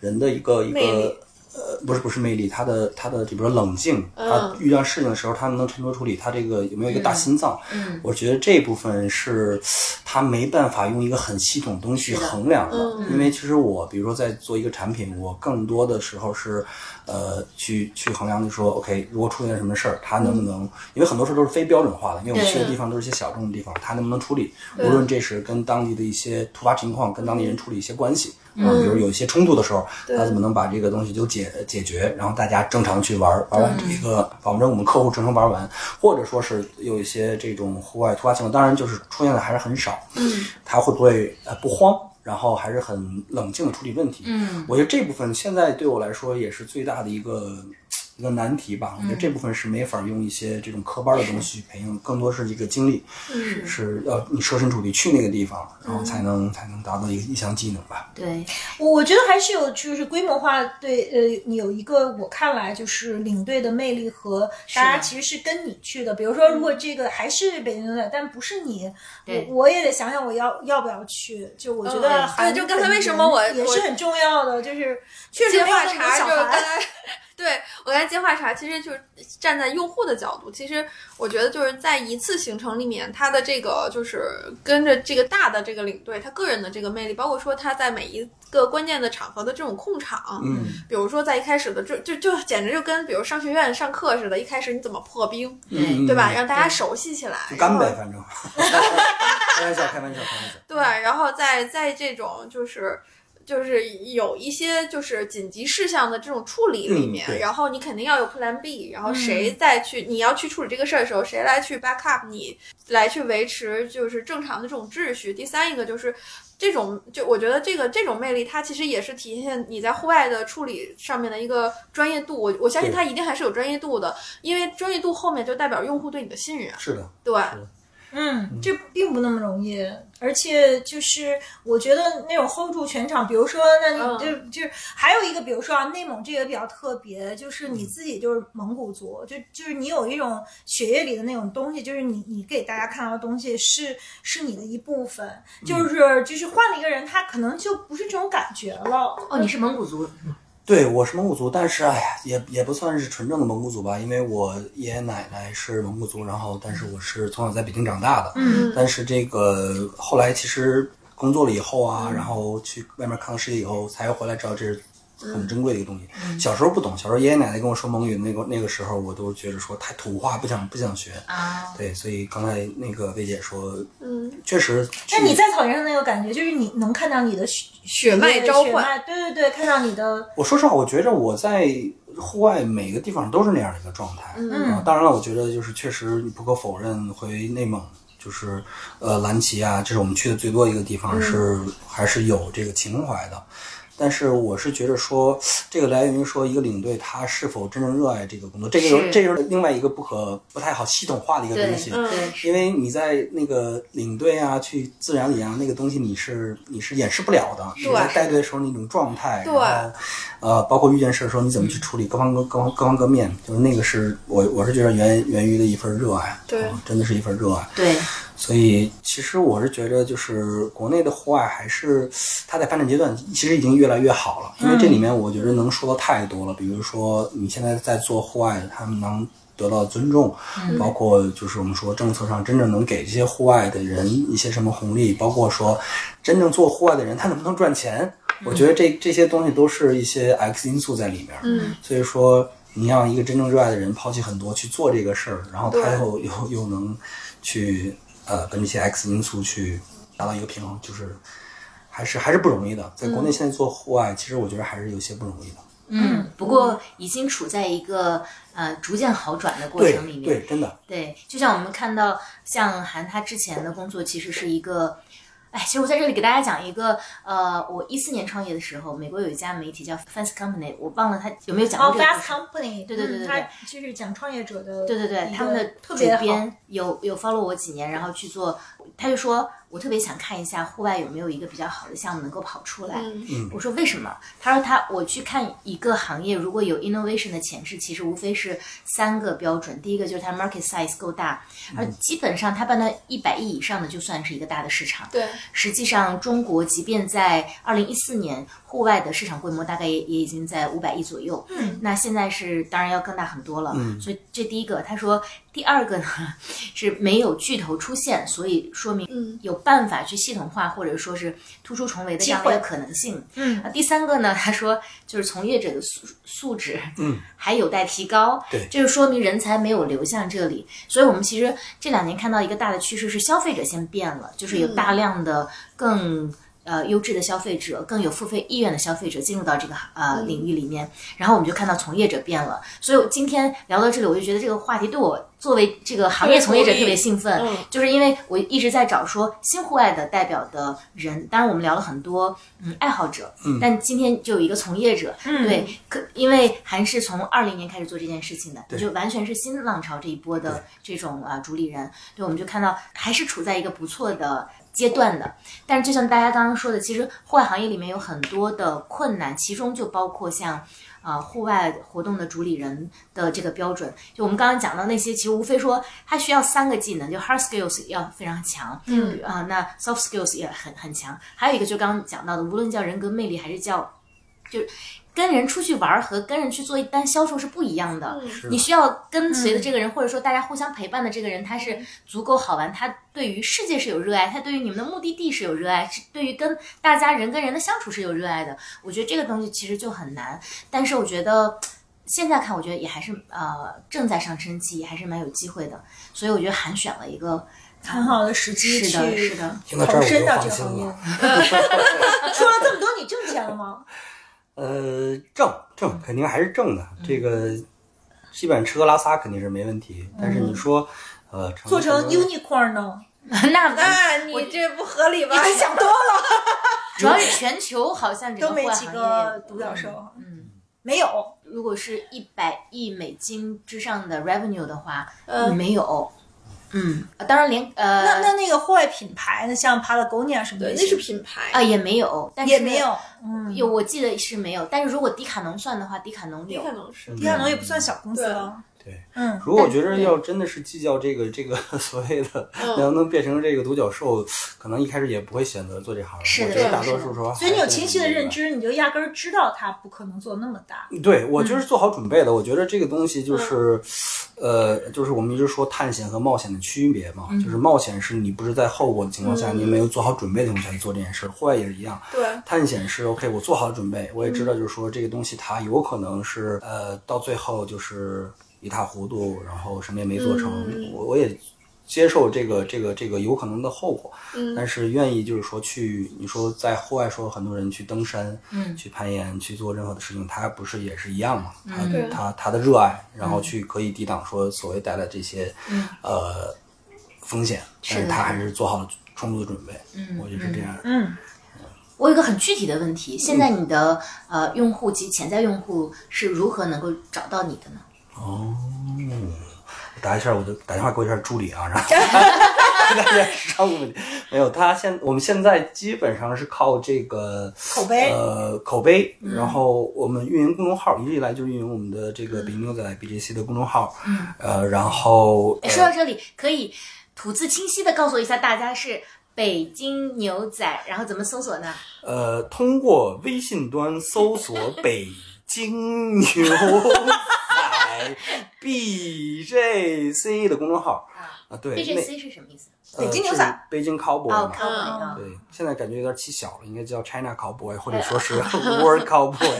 人的一个一
魅力
个。呃，不是不是魅力，他的他的，比如说冷静，他
嗯
遇到事情的时候，他能沉着处理，他这个有没有一个大心脏？
嗯
我觉得这部分是他没办法用一个很系统的东西去
是的
衡量的，
嗯
因为其实我比如说在做一个产品，我更多的时候是，呃，去去衡量就说，OK，如果出现什么事儿，他能不
嗯
能，因为很多事儿都是非标准化的，因为我们
对
去的地方都是一些小众的地方，他能不能处理？无论这是跟当地的一些突发情况，跟当地人处理一些关系。啊，比如有一些冲突的时候，
对
他怎么能把这个东西就解解决，然后大家正常去玩儿，玩完这个，保证我们客户正常玩完，或者说是有一些这种户外突发情况，当然就是出现的还是很少，
嗯，
他会不会呃不慌，然后还是很冷静的处理问题，
嗯
我觉得这部分现在对我来说也是最大的一个一个难题吧。我觉得这部分是没法用一些这种科班的东西去培养，更多是一个经历，
嗯
是要你设身处地去那个地方，然后才能才能达到一个一项技能吧。
对，
我我觉得还是有就是规模化对呃，你有一个我看来就是领队的魅力和大家
的
其实是跟你去的。比如说，如果这个还是北京
嗯
队，但不是你，我
对
我也得想想我要要不要去。就我觉得
嗯
韩
对就
本
刚才为什
人
么我
也
我
是很重要的，就是
确实
没有
话
那么多
茬
小
就刚
孩。 *laughs*
才，对我刚才接话茬，其实就是站在用户的角度，其实我觉得就是在一次行程里面，他的这个就是跟着这个大的这个领队，他个人的这个魅力，包括说他在每一个关键的场合的这种控场，
嗯
比如说在一开始的就就就简直就跟比如上学院上课似的，一开始你怎么破冰，
嗯，
对吧？
嗯？
让大家熟悉起来，
就干
然后
呗，反正。 *laughs* 开玩笑，开玩笑，开玩笑。
对，然后在在这种就是就是有一些就是紧急事项的这种处理里
嗯
面，
对
然后你肯定要有 Plan B，然后谁
嗯
再去、你要去处理这个事儿的时候，谁来去 back up 你，来去维持就是正常的这种秩序。第三一个就是。这种就我觉得这个这种魅力，它其实也是体现你在户外的处理上面的一个专业度。我我相信它一定还是有专业度的，因为专业度后面就代表用户对你的信任。
是的，
对，
嗯，这并不那么容易，而且就是我觉得那种 hold 住全场，比如说，那你就、就是还有一个，比如说啊，内蒙这个比较特别，就是
嗯
你自己就是蒙古族，就就是你有一种血液里的那种东西，就是你你给大家看到的东西是是你的一部分，
嗯
就是就是换了一个人，他可能就不是这种感觉了。
哦，你是蒙古族，
对，我是蒙古族，但是哎呀，也也不算是纯正的蒙古族吧，因为我爷爷奶奶是蒙古族，然后但是我是从小在北京长大的，
嗯
但是这个嗯后来其实工作了以后啊，然后去外面看看世界以后，才回来知道这是很珍贵的一个东西。小时候不懂，小时候爷爷奶奶跟我说蒙语，那个那个时候我都觉得说太土话，不想不想学。
啊，
对，所以刚才那个薇姐说，
嗯，
确实。
但你在草原上那个感觉，就是你能看到你的血
血脉
对
召
嗯血
唤，
脉对对对，看到你的
我说实话，我觉着我在户外每个地方都是那样的一个状态。
嗯
啊当然了，我觉得就是确实你不可否认，回内蒙就是呃蓝旗啊，这是我们去的最多一个地方，是还是有这个情怀的。但是我是觉得说，这个来源于说一个领队他是否真正热爱这个工作，这个有
是
这就是另外一个不可不太好系统化的一个
啊对
东西。
嗯
对，
因为你在那个领队啊，去自然里啊，那个东西你是你是掩饰不了的。
对
你在带队的时候那种状态，
对
然后呃，包括遇见事儿的时候你怎么去处理，各方各各方各方各面，就是那个是我我是觉得源源于的一份热爱，
对
啊真的是一份热爱。
对，
所以其实我是觉得，就是国内的户外还是它在发展阶段，其实已经越来越好了。因为这里面我觉得能说的太多了，比如说你现在在做户外，他们能。得到尊重，包括就是我们说政策上真正能给这些户外的人一些什么红利，包括说真正做户外的人他能不能赚钱，我觉得这这些东西都是一些 X 因素在里面。
嗯，
所以说，你让一个真正热爱的人抛弃很多去做这个事儿，然后他
对
又又又能去呃跟这些 X 因素去达到一个平衡，就是还是还是不容易的。在国内现在做户外，其实我觉得还是有些不容易的。
嗯，不过已经处在一个呃逐渐好转的过
对
程里面，
对，真的，
对，就像我们看到，像韩他之前的工作其实是一个，哎，其实我在这里给大家讲一个，呃，我一四年创业的时候，美国有一家媒体叫 Fast Company，我忘了他有没有讲过
哦
这个故
，Fast
事。
Company，嗯
对对对对对
他就是讲创业者的一个，
对对对，他们的
特
主
别好，
编有有 follow 我几年，然后去做，他就说，我特别想看一下户外有没有一个比较好的项目能够跑出来。
嗯
我说为什么？他说他我去看一个行业，如果有 innovation 的潜质，其实无非是三个标准。第一个就是它 market size 够大，而基本上它办到一百亿以上的就算是一个大的市场。
对，
实际上，中国即便在二零一四年，户外的市场规模大概也也已经在五百亿左右。
嗯，
那现在是当然要更大很多了。
嗯
所以这第一个，他说第二个呢 *laughs* 是没有巨头出现，所以说明
嗯
有办法去系统化或者说是突出重围的这样的一个可能性。
嗯
啊，第三个呢，他说就是从业者的素素质，
嗯，
还有待提高。
对
这就说明人才没有流向这里。所以我们其实这两年看到一个大的趋势是消费者先变了，就是有大量的更。呃，优质的消费者，更有付费意愿的消费者进入到这个呃领域里面，然后我们就看到从业者变了。所以我今天聊到这里，我就觉得这个话题对我作为这个行业从业者特别兴奋，
嗯
就是因为我一直在找说新户外的代表的人，当然我们聊了很多嗯爱好者，嗯，但今天就有一个从业者，
嗯
对，可因为韩是从二零年开始做这件事情的，
对
就完全是新浪潮这一波的这种啊主理人，对，我们就看到还是处在一个不错的。阶段的，但是就像大家刚刚说的，其实户外行业里面有很多的困难，其中就包括像啊，户外活动的主理人的这个标准，就我们刚刚讲到那些，其实无非说他需要三个技能，就 hard skills 要非常强，
嗯
啊、那 soft skills 也很很强，还有一个就刚刚讲到的，无论叫人格魅力还是叫，就是跟人出去玩儿和跟人去做一单销售是不一样的，
嗯嗯
是
你需要跟随的这个人，或者说大家互相陪伴的这个人，他是足够好玩，他对于世界是有热爱，他对于你们的目的地是有热爱，是对于跟大家人跟人的相处是有热爱的。我觉得这个东西其实就很难，但是我觉得。现在看，我觉得也还是呃正在上升期，也还是蛮有机会的。所以我觉得韩选了一个 *laughs*
很好的时机去
是的，是的，
听到这儿
投
我就
身到
放
这个
心
行业
了。。
*laughs* 说了这么多，你挣钱了吗？
*laughs* 呃，挣挣肯定还是挣的，这个基本上吃喝拉撒肯定是没问题。但是你说，呃，
做成
成
unicorn
*laughs*
呢？
那
那你这不合理吧？
哎
想多
主要是全球好像整
*laughs*
个
都没
户外
几
行
个
业
独角兽，
嗯，
没有。
如果是一百亿美金之上的 revenue 的话，
*laughs* 嗯
没有。嗯，呃当然连呃
呃那那那个户外品牌呢？像 Patagonia 什么
对，
的，
那是品牌
啊、也没有，但是
也没有。嗯，
有，我记得是没有。但是如果迪卡侬算的话，迪卡侬有
可能是
嗯
迪卡侬也不算小公司了。
对，
嗯，
如果我觉得要真的是计较这个这个 *laughs* 所谓的
嗯
嗯
能不能变成这个独角兽，可能一开始也不会选择做这行。
是的
我觉得
是的
大多
是
数
的
时候还是，
所以你有清晰的认知，你就压根儿知道它不可能做那么大。
对，我
嗯
就是做好准备了。我觉得这个东西就是，呃，就是我们一直说探险和冒险的区别嘛，
嗯
就是冒险是你不是在后果的情况下，你没有做好准备的情况下去做这件事，户外也是一样。
对，
探险是 OK，我做好准备，我也知道，
嗯
就是说这个东西它有可能是呃，到最后就是一塌糊涂，然后什么也没做成，
嗯
我我也接受这个这个这个有可能的后果，
嗯
但是愿意就是说去，你说在户外说很多人去登山，
嗯
去攀岩，去做任何的事情，他不是也是一样嘛？他、
嗯
对
他他的热爱，然后去可以抵挡说所谓带来这些、
嗯
呃风险，
是
但是
的
他还是做好了充足的准备，
嗯
我觉得是这样的。
嗯，
我有一个很具体的问题，现在你的呃用户及潜在用户是如何能够找到你的呢？
哦，打一下，我就打电话给我一下助理啊，然
*laughs*
后大家时尚问题没有。他现我们现在基本上是靠这个
口碑
呃口碑，然后我们运营公众号，一直以来就是运营我们的这个北京牛仔 BJC 的公众号，
嗯，
呃，然后
哎说到这里，可以吐字清晰的告诉一下大家是北京牛仔，然后怎么搜索呢？
呃，通过微信端搜索北京牛仔 *laughs* BJC 的公众号啊，对
BJC 是什么意思？
那
北京牛
呃是
仔
北京 cowboy
哦
嘛，
，cowboy
嗯
啊，
对，现在感觉有点起小了，应该叫 China Cowboy 或者说是 World Cowboy。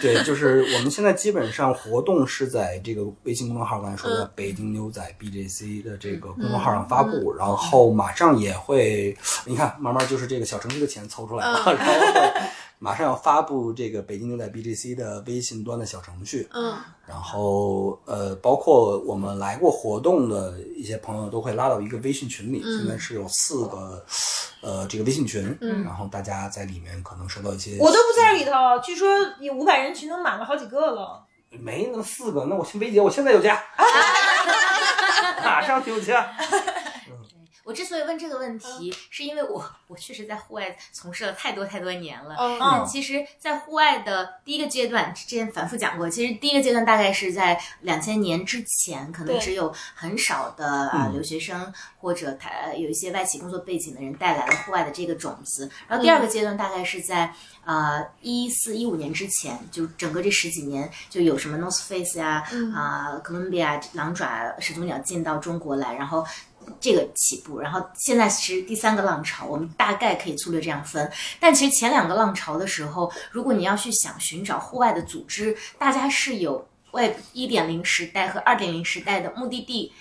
对，对，就是我们现在基本上活动是在这个微信公众号，刚才说的北京牛仔 BJC 的这个公众号上发布，然后马上也会，你看，慢慢就是这个小程序的钱凑出来了，然后马上要发布这个北京牛仔 BJC 的微信端的小程序，
嗯
然后呃，包括我们来过活动的一些朋友都会拉到一个微信群里，
嗯
现在是有四个呃这个微信群，
嗯
然后大家在里面可能收到一些，
我都不在里头，据说有五百人群能满了好几个了。
没那么四个，那我先薇姐，我现在有家，马上就有家，
我之所以问这个问题，是因为我我确实在户外从事了太多太多年了。
嗯
嗯
但其实，在户外的第一个阶段，之前反复讲过。其实第一个阶段大概是在两千年之前，可能
对
只有很少的啊、
嗯
留学生或者他呃有一些外企工作背景的人带来了户外的这个种子。然后第二个阶段大概是在呃一四一五年之前，就整个这十几年就有什么 North Face 呀、
嗯
啊、哥伦比亚狼爪始祖鸟进到中国来，然后这个起步，然后现在是第三个浪潮，我们大概可以粗略这样分。但其实前两个浪潮的时候，如果你要去想寻找户外的组织，大家是有 Web 一点零时代和二点零时代的目的地。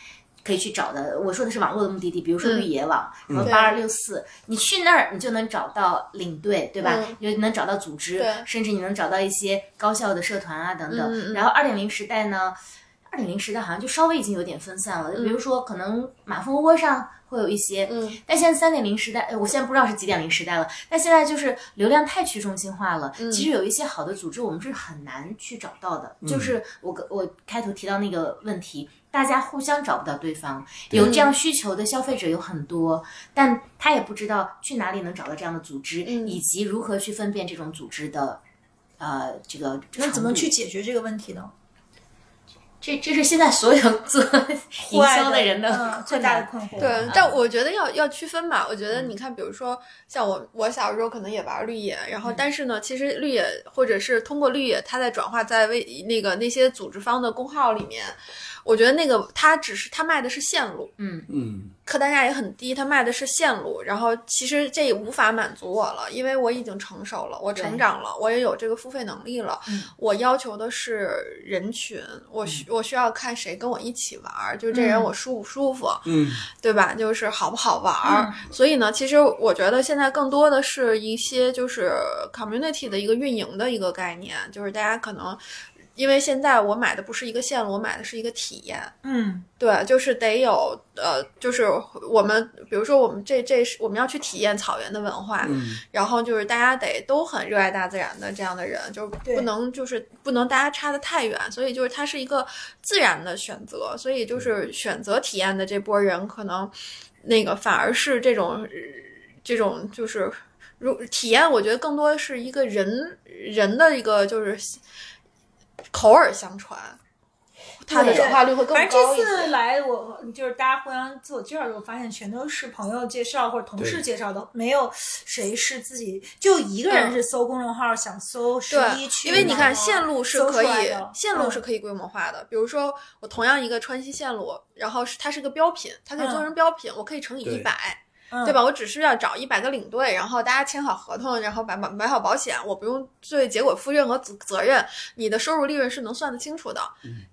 可以去找的，我说的是网络的目的地，比如说绿野网，什么
嗯对
八二六四，你去那儿你就能找到领队，对吧？
嗯
你就能找到组织
对，
甚至你能找到一些高校的社团啊等等。
嗯嗯嗯
然后二点零时代呢，二点零时代好像就稍微已经有点分散了，比如说可能马蜂窝上会有一些，
嗯
但现在三点零时代，哎，我现在不知道是几点零时代了。但现在就是流量太去中心化了，
嗯
其实有一些好的组织我们是很难去找到的。就是我跟我开头提到那个问题，大家互相找不到对方，有这样需求的消费者有很多，但他也不知道去哪里能找到这样的组织，
嗯
以及如何去分辨这种组织的。呃，这个
那怎么
程度
去解决这个问题 *laughs* 呢？
这这是现在所有
*laughs*
做营销的人的
嗯最
困
大的
难。
困惑。
对，但我觉得要要区分吧。我觉得你看，比如说像我，我小时候可能也玩绿野，然后但是呢，其实绿野或者是通过绿野，它在转化在为那个那些组织方的公号里面，我觉得那个它只是它卖的是线路，
嗯
嗯，
客单价也很低，它卖的是线路。然后其实这也无法满足我了，因为我已经成熟了，我成长了，我也有这个付费能力了。
嗯
我要求的是人群，我需、我需要看谁跟我一起玩儿，就是这人
嗯
我舒不舒服。
嗯，
对吧？就是好不好玩
嗯
儿、所以呢，其实我觉得现在更多的是一些就是 community 的一个运营的一个概念，就是大家可能因为现在我买的不是一个线路，我买的是一个体验。
嗯，
对，就是得有呃，就是我们比如说我们这这是我们要去体验草原的文化，
嗯，
然后就是大家得都很热爱大自然的这样的人，就
对
不能就是不能大家差得太远，所以就是它是一个自然的选择，所以就是选择体验的这波人可能那个反而是这种呃这种就是如体验，我觉得更多是一个人人的一个就是。口耳相传，它的
对
转化率会更
反正
高
这
一些。
次来我，就是大家互相自我介绍的时候，发现全都是朋友介绍或者同事
对
介绍的，没有谁是自己，就一个人
嗯
是搜公众号、想搜十一
对，
区，
因为你看
然后
线路是
搜
可以
出来的，
线路是
嗯
可以规模化的。比如说，我同样一个川西线路，然后是它是个标品，它可以做成标品，我可以乘以一
对
百，
嗯
对吧？我只需要找一百个领队，然后大家签好合同，然后买买买好保险，我不用对结果负任何责责任，你的收入利润是能算得清楚的。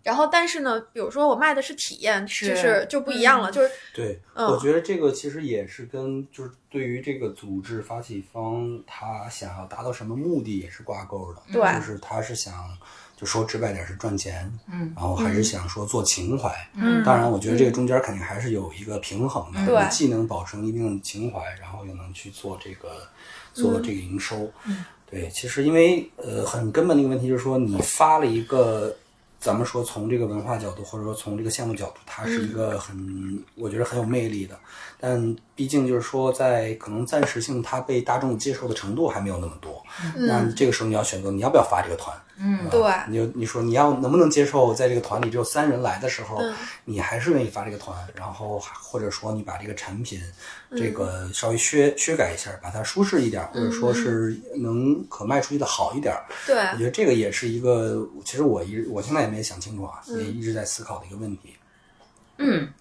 然后，但是呢，比如说我卖的是体验，
是
就是就不一样了，就是
对，
嗯
我觉得这个其实也是跟就是对于这个组织发起方他想要达到什么目的也是挂钩的，
对
就是他是想就说直白点是赚钱，
嗯，
然后还是想说做情怀。
嗯，
当然，我觉得这个中间肯定还是有一个平衡的，
嗯
对
你既能保持一定的情怀，然后又能去做这个做这个营收。对，其实因为呃，很根本的一个问题就是说，你发了一个，咱们说从这个文化角度，或者说从这个项目角度，它是一个很，我觉得很有魅力的。但毕竟就是说，在可能暂时性它被大众接受的程度还没有那么多，那
嗯，
这个时候你要选择你要不要发这个团。
嗯，
对。
你就你说你要能不能接受，在这个团里只有三人来的时候，
嗯
你还是愿意发这个团，然后还或者说你把这个产品，这个稍微削削改一下，把它舒适一点，或者说是能可卖出去的好一点。
对，
我觉得这个也是一个，其实我一直我现在也没想清楚啊，也一直在思考的一个问题。
嗯，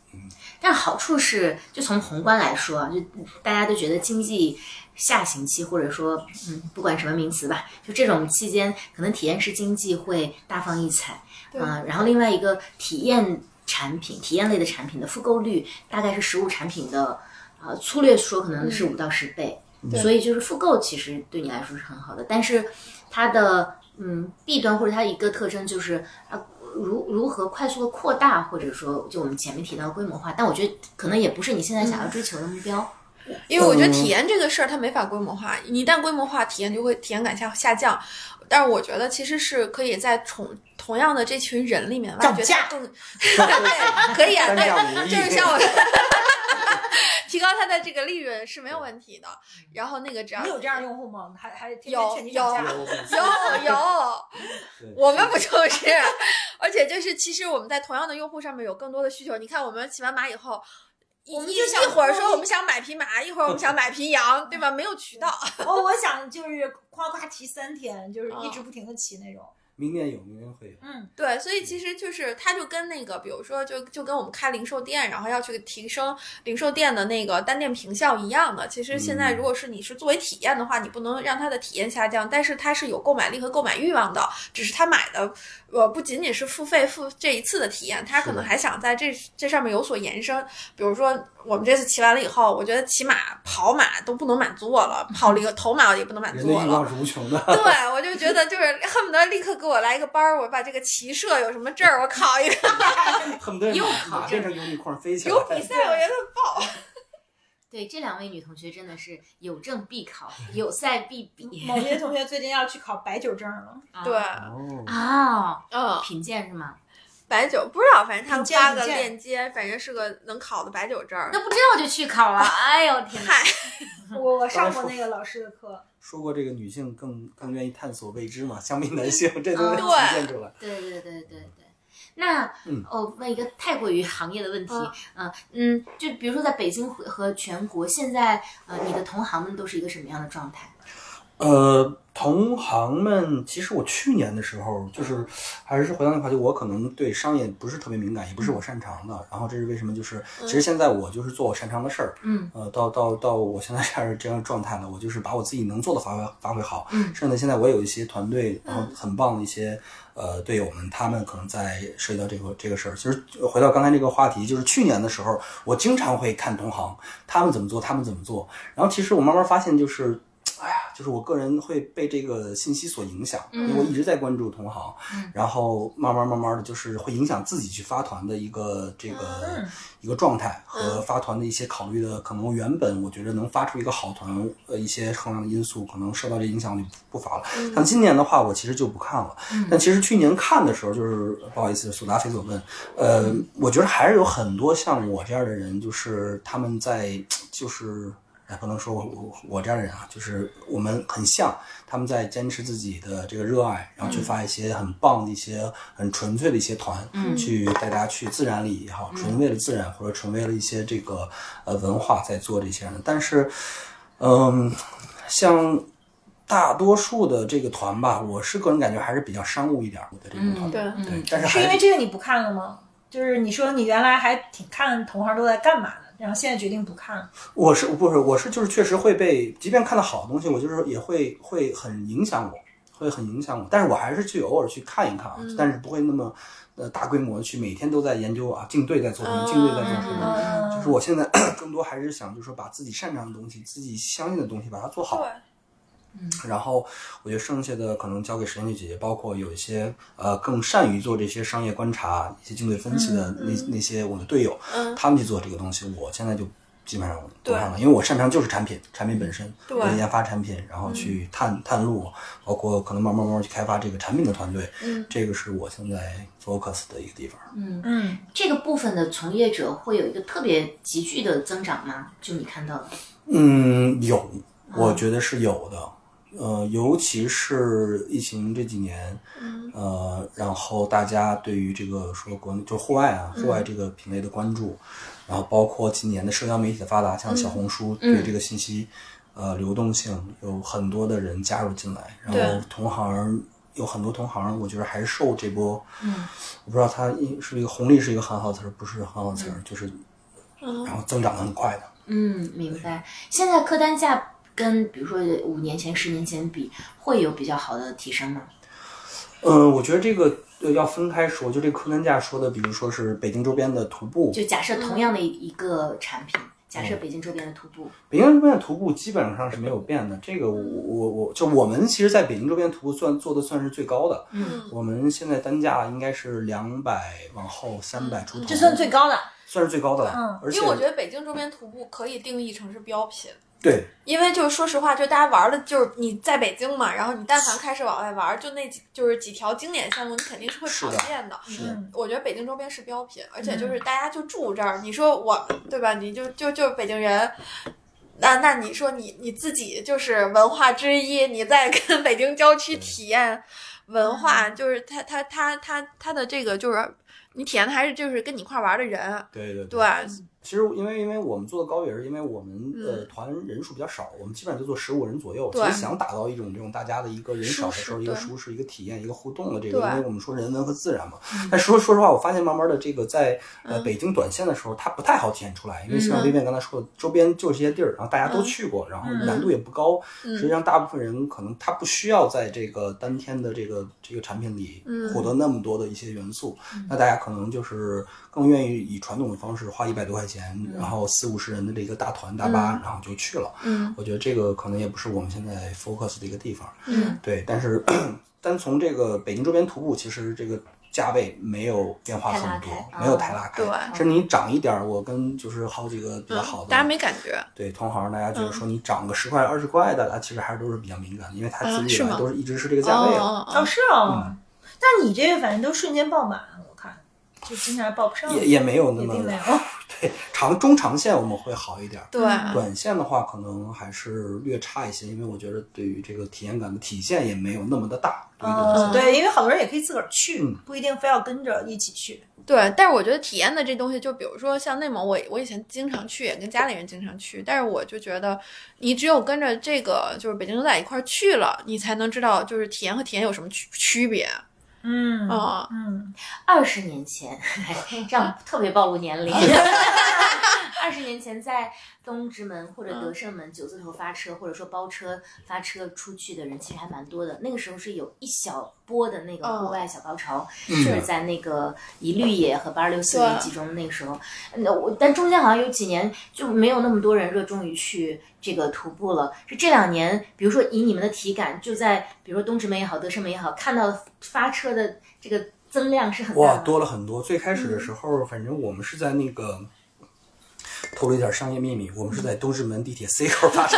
但好处是，就从宏观来说，啊就大家都觉得经济下行期，或者说，嗯，不管什么名词吧，就这种期间，可能体验式经济会大放异彩，
对
啊、然后另外一个体验产品、体验类的产品的复购率大概是实物产品的，啊、粗略说可能是五到十倍，
对
所以就是复购其实对你来说是很好的，但是它的嗯弊端或者它一个特征就是啊如如何快速的扩大，或者说就我们前面提到的规模化，但我觉得可能也不是你现在
嗯
想要追求的目标。
因为我觉得
嗯
体验这个事儿它没法规模化，你一旦规模化，体验就会体验感下下降。但是我觉得其实是可以在同同样的这群人里面挖掘
涨价
它更， *laughs* 对，可以啊，
单价无
对，
异
就是像我。 *laughs* 提高它的这个利润是没有问题的，然后那个只要
你有这样用户吗？还还天天
有
劝你涨价
有？
对
有有，我们不就是？而且就是，其实我们在同样的用户上面有更多的需求。你看，我们骑完马以后，一
我们
一
就想
一会儿说我们想买匹马，一会儿我们想买匹羊，对吧？没有渠道。
哦，我想就是夸夸骑三天，就是一直不停的骑那种。
明年有，明年会有。
嗯，
对，所以其实就是，它就跟那个，比如说就，就跟我们开零售店，然后要去提升零售店的那个单店评效一样的。其实现在，
嗯
如果是你是作为体验的话，你不能让它的体验下降，但是它是有购买力和购买欲望的。只是他买的，呃，不仅仅是付费付这一次的体验，他
是
可能
的
还想在这这上面有所延伸。比如说，我们这次骑完了以后，我觉得骑马、跑马都不能满足我了，
*laughs*
跑了一个头马也不能满
人
足
的
我
欲
了。
望是无穷
*laughs*
的。
对，我就觉得就是恨不得立刻给我来一个班儿，我把这个骑射有什么证儿，我考一个。
恨不得
又
马
考
变
证
成有你框飞起来
*laughs* 有。比赛，我觉得爆。
对，这两位女同学真的是有证必
*laughs*
考，有赛必比。
某些同学最近要去考白酒证了，
啊
嗯对，
*laughs* 哦，
啊，
嗯，
品鉴是吗？
白酒不知道，反正他
你
们
见
发
你
个
见
链接，反正是个能考的白酒证儿
那。不知道就去考了。哎呦天哪！
嗨，
嗯
我我上过那个老师的课。
说过这个女性更更愿意探索未知嘛，相比男性，这都能
嗯
体
对
现出来。
对对对对对。那、
嗯
哦，问一个太过于行业的问题，
嗯
嗯嗯，就比如说在北京和和全国，现在呃，你的同行们都是一个什么样的状态？
呃，同行们，其实我去年的时候，就是还是回到那个话题，我可能对商业不是特别敏感，也不是我擅长的。然后这是为什么？就是其实现在我就是做我擅长的事儿。
嗯
呃，到到到我现在这样这样的状态呢，我就是把我自己能做的发挥发挥好。
嗯
甚至现在我有一些团队，然后很棒的一些呃队友们，他们可能在涉及到这个这个事儿。其实回到刚才这个话题，就是去年的时候，我经常会看同行他们怎么做，他们怎么做。然后其实我慢慢发现，就是。哎呀，就是我个人会被这个信息所影响，因为
嗯
我一直在关注同行，
嗯
然后慢慢慢慢的就是会影响自己去发团的一个这个、
嗯
一个状态和发团的一些考虑的，可能原本我觉得能发出一个好团，呃，一些衡量的因素可能受到这影响就不乏了。但今年的话，我其实就不看了。但其实去年看的时候，就是不好意思，所答非所问。呃，我觉得还是有很多像我这样的人，就是他们在就是哎，不能说我我我这样的人啊，就是我们很像，他们在坚持自己的这个热爱，然后去发一些很棒的一些很纯粹的一些团，
嗯
去带大家去自然里也好，
嗯
纯为了自然或者纯为了一些这个呃文化在做这些人，但是，嗯，像。大多数的这个团吧，我是个人感觉还是比较商务一点儿的这种
嗯
团，
嗯对
对，但是
嗯是
还
因为这个你不看了吗？就是你说你原来还挺看同行都在干嘛的，然后现在决定不看了。
我是不是我是就是确实会被，即便看到好东西，我就是也会会很影响我，会很影响我。但是我还是去偶尔去看一看
嗯
啊，但是不会那么呃大规模地去每天都在研究啊，竞队在做什么，竞队在做什么。
嗯，
就是我现在 *clears throat* 更多还是想，就是说把自己擅长的东西、自己相信的东西，把它做好。
对，
然后我觉得剩下的可能交给实验剧姐姐，包括有一些呃更善于做这些商业观察、一些竞对分析的那、那些我的队友，
嗯
他们去做这个东西，我现在就基本上我都上了，因为我擅长就是产品，产品本身，
对嗯
我在研发产品，然后去探、探路，包括可能慢慢慢慢去开发这个产品的团队，
嗯
这个是我现在 focus 的一个地方。
嗯，
这个部分的从业者会有一个特别急剧的增长吗？就你看到的，
嗯，有，
啊
我觉得是有的。呃，尤其是疫情这几年，
嗯
呃，然后大家对于这个说国内就户外啊，
嗯
户外这个品类的关注，然后包括今年的社交媒体的发达，像小红书
嗯
对这个信息、呃流动性有很多的人加入进来，然
对
后同行有很多同行，我觉得还是受这波，
嗯
我不知道它一是一个红利是一个很好词儿，不是很好
嗯
词儿，就是然后增长的很快的。
嗯，明白。现在客单价跟比如说五年前、十年前比，会有比较好的提升吗？
嗯，我觉得这个呃要分开说，就这个客单价说的，比如说是北京周边的徒步，
就假设同样的一个产品，假
嗯
设北京周边的徒步，
北京周边的徒步基本上是没有变的。这个我我我就我们其实，在北京周边徒步算做的算是最高的，
嗯，
我们现在单价应该是两百往后三百出头，
这算最高的。
算是最高的了。
嗯
而且
因为我觉得北京周边徒步可以定义成是膘品。
对
因为就是说实话，就大家玩的，就是你在北京嘛，然后你但凡开始往外玩，就那几就是几条经典项目，你肯定是会
是
跑
的
遍的。
是的
嗯
我觉得北京周边是标品，而且就是大家就住这儿，你说我们对吧？你就就就是北京人。那那你说你你自己就是文化之一，你在跟北京郊区体验文化，就是他他他他他的这个就是你体验的还是就是跟你一块玩的人，
对对
对，啊
其实因为因为我们做的高也是因为我们
嗯
呃团人数比较少，我们基本上就做十五人左右。其
对
实想打造一种这种大家的一个人
舒
少的
适
时候一个
对
舒适、一个体验、一个互动的这个，
对
因为我们说人文和自然嘛。但说说实话，我发现慢慢的这个在呃
嗯
北京短线的时候，它不太好体现出来，因为像
嗯
薇薇刚才说的，周边就这些地儿，然后大家都
嗯
去过，然后
嗯
难度也不高。
嗯
实际上，大部分人可能他不需要在这个当天的这个这个产品里
嗯
获得那么多的一些元素，那大家可能就是更愿意以传统的方式花一百多块钱，然后四五十人的这个大团大巴，然后就去了。
嗯
我觉得这个可能也不是我们现在 focus 的一个地方。
嗯
对，但是单从这个北京周边徒步，其实这个价位没有变化很多
太拉，开
没有太拉开，
啊对
甚至你涨一点儿，我跟就是好几个比较
嗯
好，的，
大家没感嗯觉，
对同行，大家觉得说你涨个十块二十块的，大家其实还是都是比较敏感的，因为他
啊
自己
是
原来
吗
都是一直是这个价位了。
哦哦
哦，是
嗯
哦。但你这个反正都瞬间爆满，我看就经常报不上，
也也没有那
也
么
并没有。
对长中长线我们会好一点儿，
对，
啊
短线的话可能还是略差一些，因为我觉得对于这个体验感的体现也没有那么的大。对于
哦
这
嗯，
个
对，因为好多人也可以自个儿去
嗯，
不一定非要跟着一起去。
对，但是我觉得体验的这东西，就比如说像内蒙，我我以前经常去，也跟家里人经常去，但是我就觉得，你只有跟着这个就是北京牛仔一块儿去了，你才能知道就是体验和体验有什么区区别啊、
嗯
哦
嗯，
二十年前，哎这样特别暴露年龄。二十年前，在东直门或者德胜门九字头发车，或者说包车发车出去的人，其实还蛮多的。那个时候是有一小波的那个户外小高潮，就是在那个一绿野和八十六四里
对
集中。那个时候，那我但中间好像有几年就没有那么多人热衷于去这个徒步了。是这两年，比如说以你们的体感，就在比如说东直门也好，德胜门也好，看到发车的这个增量是很大的。
哇，多了很多。最开始
嗯
的时候，反正我们是在那个
*laughs*
透露一点商业秘密，我们是在东直门地铁 C 口发车。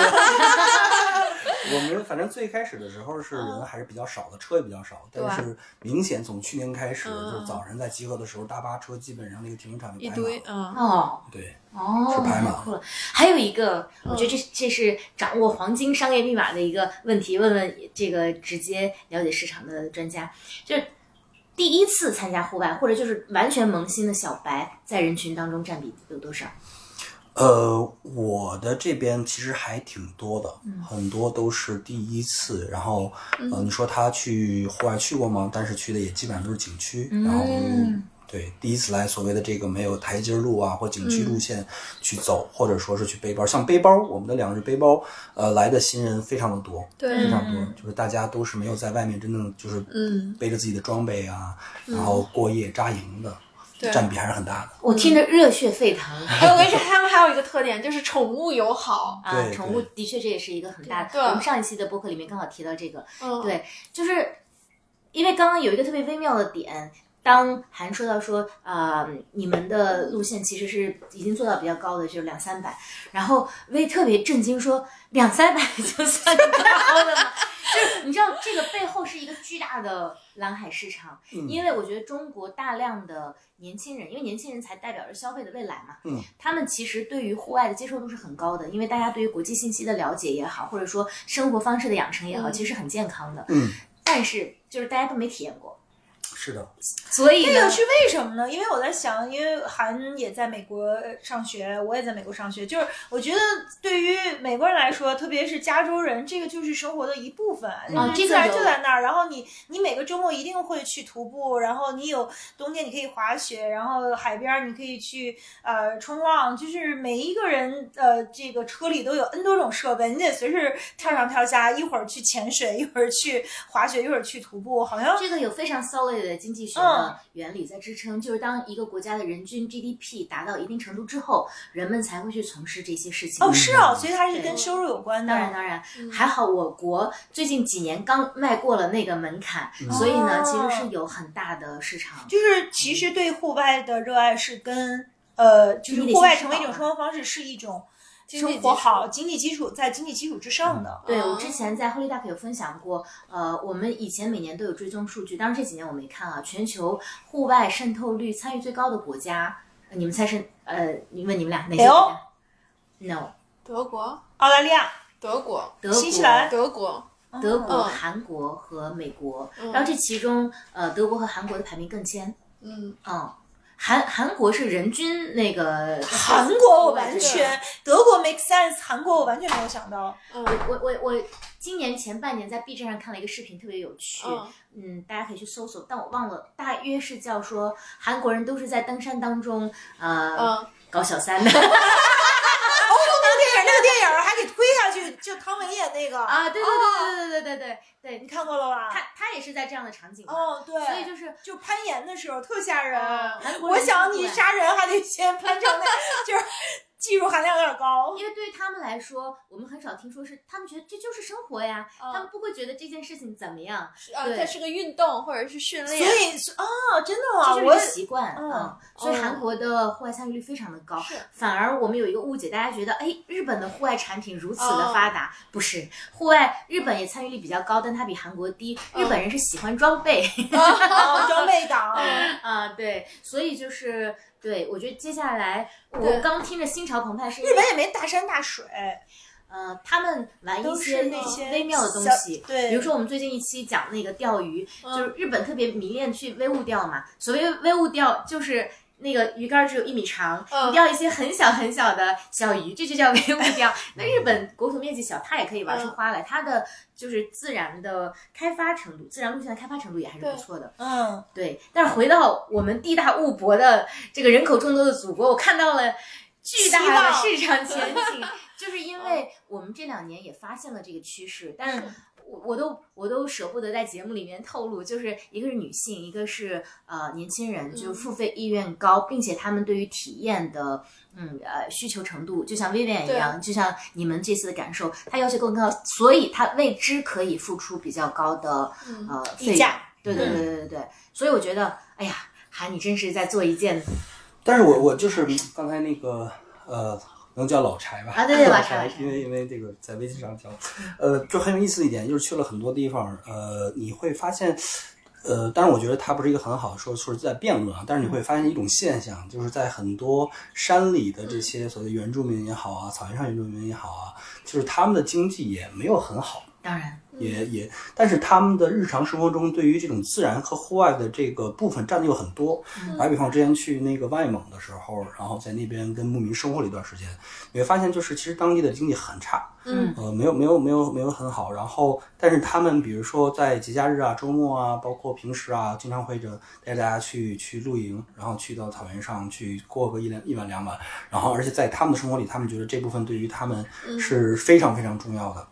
我们反正最开始的时候是
哦
人还是比较少的，车也比较少，但是明显从去年开始，
嗯
就是早晨在集合的时候，大巴车基本上那个停车场就
一
排满
堆
了，
嗯，
哦
对，
哦，
是嗯拍
太
嘛
酷了。还有一个，我觉得这这是掌握黄金商业密码的一个问题，问问这个直接了解市场的专家，就是。第一次参加户外，或者就是完全萌新的小白，在人群当中占比有多少？
呃，我的这边其实还挺多的，
嗯
很多都是第一次。然后，呃，你说他去户外去过吗？但是去的也基本上都是景区。
嗯
然后，对，第一次来所谓的这个没有台阶路啊或景区
嗯
路线去走，或者说是去背包。像背包，我们的两日背包，呃，来的新人非常的多，非
对，
*laughs*
常多，就是大家都是没有在外面真正就是
嗯
背着自己的装备啊，然后过夜扎营的，
对
占比还是很大的。
我
嗯
听着热血沸
*laughs*
腾。
还有我跟你说，他们还有一个特点就是宠物友好，
啊，
对
宠物的确这也是一个很大
对
的。我们上一期的播客里面刚好提到这个，
嗯，
哦
对，就是因为刚刚有一个特别微妙的点，当韩说到说，呃，你们的路线其实是已经做到比较高的，就是两三百，然后微特别震惊说，两三百就算高的吗？ *laughs* 就是你知道这个背后是一个巨大的蓝海市场，因为我觉得中国大量的年轻人，因为年轻人才代表着消费的未来嘛，
嗯，
他们其实对于户外的接受度是很高的，因为大家对于国际信息的了解也好，或者说生活方式的养成也好，其实是很健康的，
嗯，
但是就是大家都没体验过，
是的，
所以
这
呢
个是为什么呢？因为我在想，因为韩也在美国上学，我也在美国上学，就是我觉得对于美国人来说，特别是加州人，这个就是生活的一部分，
啊
就是自
这
然
个有
就在那儿。然后你你每个周末一定会去徒步，然后你有冬天你可以滑雪，然后海边儿你可以去呃冲浪，就是每一个人呃这个车里都有 N 多种设备，你得随时跳上跳下，一会儿去潜水，一会儿去滑雪，一会儿去徒步，好像
这个有非常 solid 的经济学
嗯
的原理在支撑，就是当一个国家的人均 GDP 达到一定程度之后，人们才会去从事这些事情。
哦，是嗯哦，所以它是
嗯对
跟收入有关的。
当然，当然，还好我国最近几年刚迈过了那个门槛，
嗯
所以
哦
呢，其实是有很大的市场。
就是其实对户外的热爱是跟呃，就是户外成为一种生活方式是一种生活好经济基础在经济基础之上的。
对，我
哦
之前在 Holy Duck 有分享过，呃，我们以前每年都有追踪数据，当然这几年我没看啊。全球户外渗透率参与最高的国家，呃你们猜是？呃，你问你们俩哪些
北欧
国家？No，
德国、
澳大利亚，
德国、
德国、
新西兰
德国，
德国、
嗯
韩国和美国。
嗯
然后这其中，呃，德国和韩国的排名更前。
嗯，
嗯，韩韩国是人均那个
韩国我完
对
全，德国 make sense，韩国我完全没有想到。哦
嗯
我我我今年前半年在 B 站上看了一个视频，特别有趣。
嗯
嗯，大家可以去搜索，但我忘了，大约是叫说韩国人都是在登山当中，呃，
嗯，
搞小
*laughs*
三的
那个电影，那个电影还给推下去，就汤唯演那个，
啊，对
哦
对对对对对对对
你
对，
看过了吧？
他他也是在这样的场景嘛，
哦，对，
所以就是嗯
就攀岩的时候特吓人。
嗯
韩国
我
人
想
出
你
来
杀人还得先攀上那， *laughs* 就是技术含量有点高。
因为对于他们来说，我们很少听说是，他们觉得这就是生活呀，
嗯
他们不会觉得这件事情怎么样，
是
哦
啊，
对
它是个运动或者是训
所
练，
以啊、哦，真的吗？
这
我
就是一个习惯，
嗯
嗯，所以
哦
韩国的户外参与率非常的高
是，
反而我们有一个误解，大家觉得哎，日本的户外产品如此
哦
的发达，不是，户外日本也参与率比较高，但它比韩国低，日本人是喜欢装备， *laughs*
哦，装备党，
啊，对，所以就是对，我觉得接下来
对
我刚听着心潮澎湃，是因
日
为
本也没大山大水，
呃，他们玩
都
一
是那些
微妙的东
小
西。
对，
比如说，我们最近一期讲那个钓鱼，
嗯
就是日本特别迷恋去微物钓嘛。所谓微物钓，就是那个鱼竿只有一米长，
嗯
你钓一些很小很小的小鱼，这就叫微物钓。那日本国土面积小，它也可以玩出
嗯
花来，它的就是自然的开发程度，自然路线的开发程度也还是
对
不错的。
嗯，
对，但是回到我们地大物博的这个人口众多的祖国，我看到了巨
希
大的
望
市场
*laughs*
前景，就是因为我们这两年也发现了这个趋势，但是。我我都我都舍不得在节目里面透露，就是一个是女性，一个是呃年轻人，
嗯
就是付费意愿高，并且他们对于体验的嗯呃需求程度，就像 Vivian 一
对
样，就像你们这次的感受，他要求更高，所以他为之可以付出比较高的
嗯
呃
低
费
价
用对对对对对对，所以我觉得，哎呀，韩你真是在做一件
但是我我就是刚才那个呃，能叫老柴吧？
啊对对
老
老柴老柴
因为因为这个在微信上叫，呃，就很有意思一点，就是去了很多地方，呃，你会发现。呃，当然，我觉得它不是一个很好的说说是在辩论啊，但是你会发现一种现象，就是在很多山里的这些所谓原住民也好啊，草原上原住民也好啊，就是他们的经济也没有很好，
当然，
嗯
也也，但是他们的日常生活中对于这种自然和户外的这个部分占的又很多。打比方，我之前去那个外蒙的时候，然后在那边跟牧民生活了一段时间，你会发现就是其实当地的经济很差，
嗯，
呃，没有没有没有没有很好。然后，但是他们比如说在节假日啊、周末啊，包括平时啊，经常会着带大家去去露营，然后去到草原上去过个一两一晚两晚。然后，而且在他们的生活里，他们觉得这部分对于他们是非常非常重要的。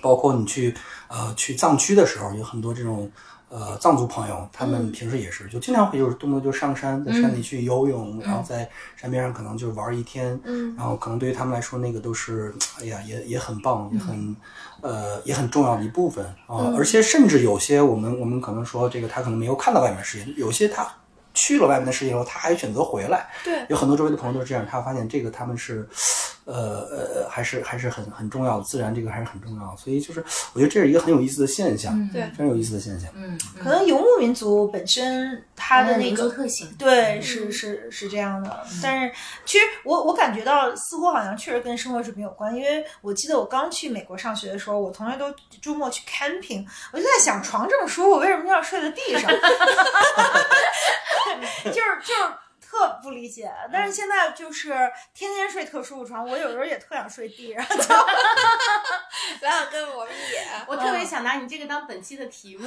包括你去呃去藏区的时候，有很多这种呃藏族朋友，他们平时也是、就经常会就是动不动就上山，在山里去游泳，然后在山边上可能就玩一天，嗯，然后可能对于他们来说那个都是哎呀也也很棒，也很、呃也很重要的一部分啊、而且甚至有些我们我们可能说这个他可能没有看到外面的世界，有些他。去了外面的世界以后，他还选择回来。
对，
有很多周围的朋友都是这样，他发现这个他们是，呃呃，还是还是很很重要的，自然这个还是很重要的。所以就是，我觉得这是一个很有意思的现象，
对
非常有意思的现象。
嗯，嗯
可能游牧民族本身它的那
民族
个。
特性，
对，是是是这样的，但是其实我我感觉到，似乎好像确实跟生活水平有关，因为我记得我刚去美国上学的时候，我同学都周末去 camping，我就在想，床这么舒服，为什么要睡在地上？就是就是特不理解，但是现在就是天天睡特舒服床，我有时候也特想睡地上，就
咱俩跟我们啊也
我特别想拿你这个当本期的题目。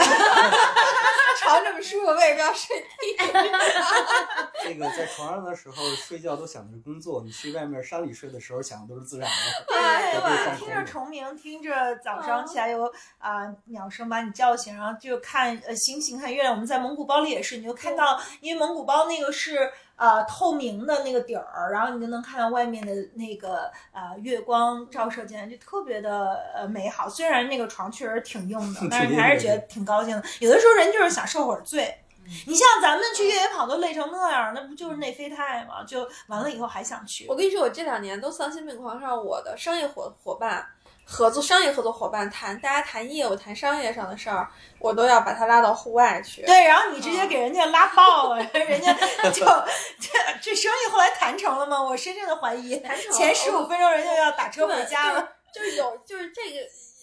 床这么舒服，为什么要睡
这个在床上的时候睡觉都想的是工作，你去外面山里睡的时候想的都是自然的。
对吧？
对
听着虫鸣，听着早上起来有啊、鸟声把你叫醒，然后就看呃星星、看月亮。我们在蒙古包里也是，你就看到，因为蒙古包那个是呃透明的那个底儿，然后你就能看到外面的那个呃月光照射进来，就特别的呃美好。虽然那个床确实挺硬的，但是你还是觉嗯得挺高兴的。有的时候人就是想受会儿罪。你像咱们去越野跑都累成那样，那不就是内啡肽吗？就完了以后还想去。
我跟你说，我这两年都丧心病狂上我的商业伙伙伴合作，商业合作伙伴谈，大家谈业务、谈商业上的事儿，我都要把他拉到户外去。
对，然后你直接给人家拉爆了，
嗯
*laughs* 人家
*laughs*
就这这生意后来谈成了吗？我深深的怀疑，
谈成了
前十五分钟人家要打车
对，
回家了。
就是就是有就是这个，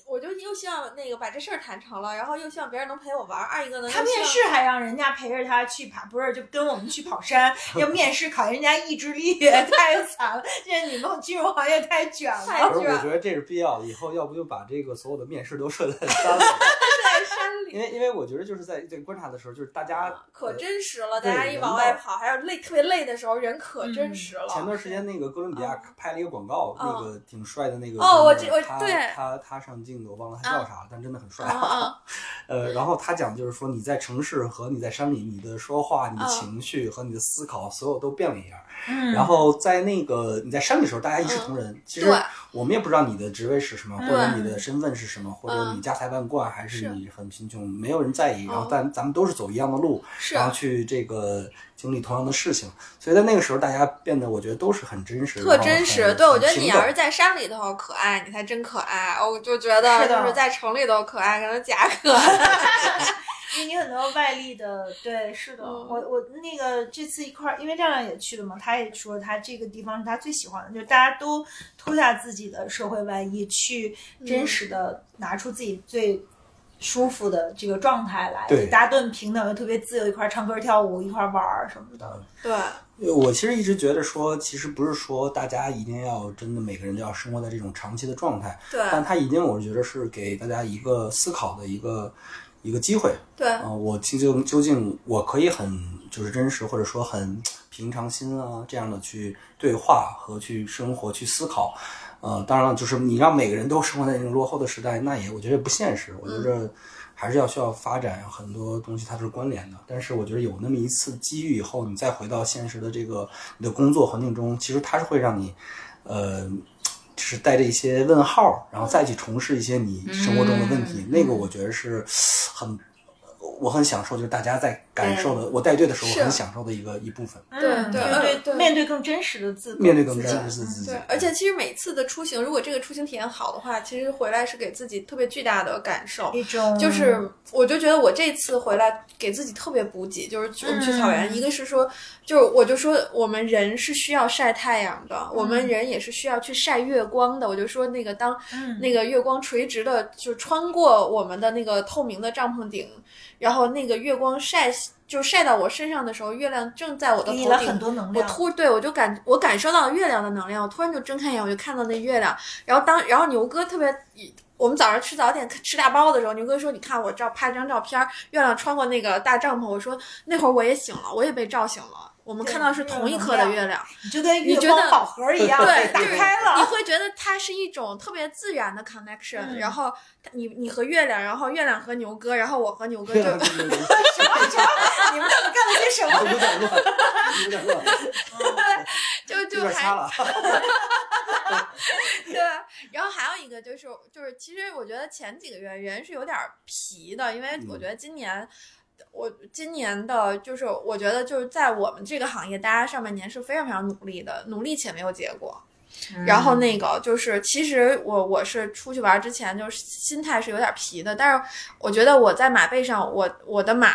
我就又希望那个把这事儿谈成了，然后又希望别人能陪我玩儿。二一个呢，
他
又希
面
望
试还让人家陪着他去爬，不是就跟我们去跑
*laughs*
山，要面试考人家意志力， *laughs* 太惨了！这你们金融行业太卷了。
太
可是我
卷
觉得这是必要的，以后要不就把这个所有的面试都设在
*laughs*
山里，
在山
因
里，啊
为因为我觉得就是在这个观察的时候，就是大家呃
可真实了。
对
大家一往外跑，还有累特别累的时候，人可
嗯
真实了。
前段时间那个哥伦比亚拍了一个广告，
啊嗯
那个挺帅的那个
哦我
哥们
知我
儿他
对
他他上镜的，我忘了他叫啥了，但真的很帅
啊。啊！
呃，然后他讲就是说你在城市和你在山里，你的说话、你的
嗯
情绪和你的思考，所有都变了一样。
嗯
然后在那个你在山里的时候，大家一视同仁。其实
嗯对
我们也不知道你的职位是什么，或
嗯
者你的身份是什么，或者
嗯
你家财万贯还是
是
你很贫穷，没有人在意。然后
哦
但咱们都是走一样的路，
是啊
然后去这个经历同样的事情，所以在那个时候，大家变得我觉得都是很真实，
特真实，对我觉得你要是
在
在山里头可爱，你才真可爱。哦我就觉得
是的
就是在城里头可爱，可能假可爱。 *laughs*
因为你很多外力的，对，是的，
嗯
我我那个这次一块儿，因为亮亮也去了嘛，他也说他这个地方是他最喜欢的，就是大家都脱下自己的社会外衣，去
嗯
真实的拿出自己最。舒服的这个状态来，
对
大家都很平等，又特别自由，一块儿唱歌跳舞，一块儿玩儿什么的。
对，
我其实一直觉得说，其实不是说大家一定要真的每个人都要生活在这种长期的状态，
对
但它一定我觉得是给大家一个思考的一个一个机会。
对，
啊、我究竟究竟我可以很就是真实，或者说很平常心啊这样的去对话和去生活去思考。呃，当然了，就是你让每个人都生活在那种落后的时代，那也我觉得不现实。我觉着还是要需要发展，很多东西它都是关联的。但是我觉得有那么一次机遇以后，你再回到现实的这个你的工作环境中，其实它是会让你，呃，就是带着一些问号，然后再去重试一些你生活中的问题。那个我觉得是很我很享受，就是大家在感受的，我带队的时候
是
我
啊
很享受的一个一部分，
嗯
对
就是
对
面对更真实的自己
面对更
自己
真实的自己
对，。而且其实每次的出行，如果这个出行体验好的话，其实回来是给自己特别巨大的感受。
一种
就是我就觉得我这次回来给自己特别补给，就是去我们去草原，
嗯
一个是说，就是我就说我们人是需要晒太阳的，我们人也是需要去晒月光的。我就说那个当
嗯
那个月光垂直的，就穿过我们的那个透明的帐篷顶，然后那个月光晒就晒到我身上的时候，月亮正在我
给
的头
你
顶
了很多能
我
量，
突对我就感我感受到了月亮的能量，我突然就睁开眼，我就看到那月亮。然后当然后牛哥特别，我们早上吃早点吃大包的时候，牛哥说：“你看我照拍张照片，月亮穿过那个大帐篷。”我说：“那会儿我也醒了，我也被照醒了。我们
对
看到是同一颗的月亮，
你就跟
你
月
觉
光
得
宝盒一样
对
被打
就是
开
你
了，
会觉得它是一种特别自然的 connection、
嗯
然后你你和月亮，然后月亮和牛哥，然后我和
*laughs*
牛哥
对
就
啊对对
*laughs*
对
你们到底干了些什么？
有点乱，有点乱，
就
有
就
点
还
擦了。
对，然后还有一个就是就是，其实我觉得前几个月人是有点儿皮的，因为
嗯
我觉得今年。我今年的，就是我觉得就是在我们这个行业，大家上半年是非常非常努力的，努力且没有结果。然后那个就是，其实我我是出去玩之前就是心态是有点皮的，但是我觉得我在马背上，我我的马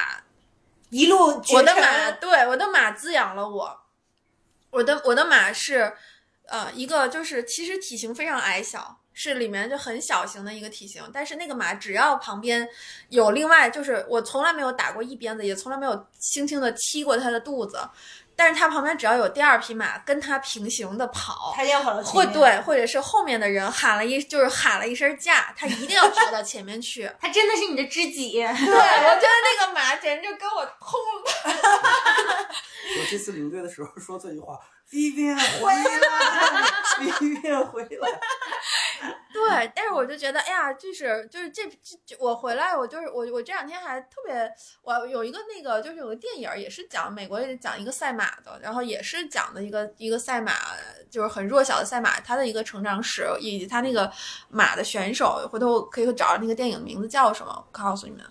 一路
*laughs* 我
绝
的
尘
马，对我的马滋养了我，我的我的马是，呃，一个就是其实体型非常矮小，是里面就很小型的一个体型，但是那个马只要旁边有另外就是我从来没有打过一鞭子，也从来没有轻轻的踢过它的肚子，但是它旁边只要有第二匹马跟它平行的跑。
他要跑到前
会
面，
对，或者是后面的人喊了一，就是喊了一声架，它一定要跑到前面
*laughs*
去。
*laughs* 他真的是你的知己，
对，我觉得那个马简直就跟我通
我这次领队的时候说这句话：“Vivian 回来，Vivian 回
*laughs*
来。
对，但是我就觉得，哎呀，就是就是这这，这我回来，我就是我我这两天还特别，我有一个那个就是有个电影儿也是讲美国也讲一个赛马的，然后也是讲的一个一个赛马，就是很弱小的赛马，它的一个成长史以及它那个马的选手，回头我可以找那个电影名字叫什么，我告诉你们。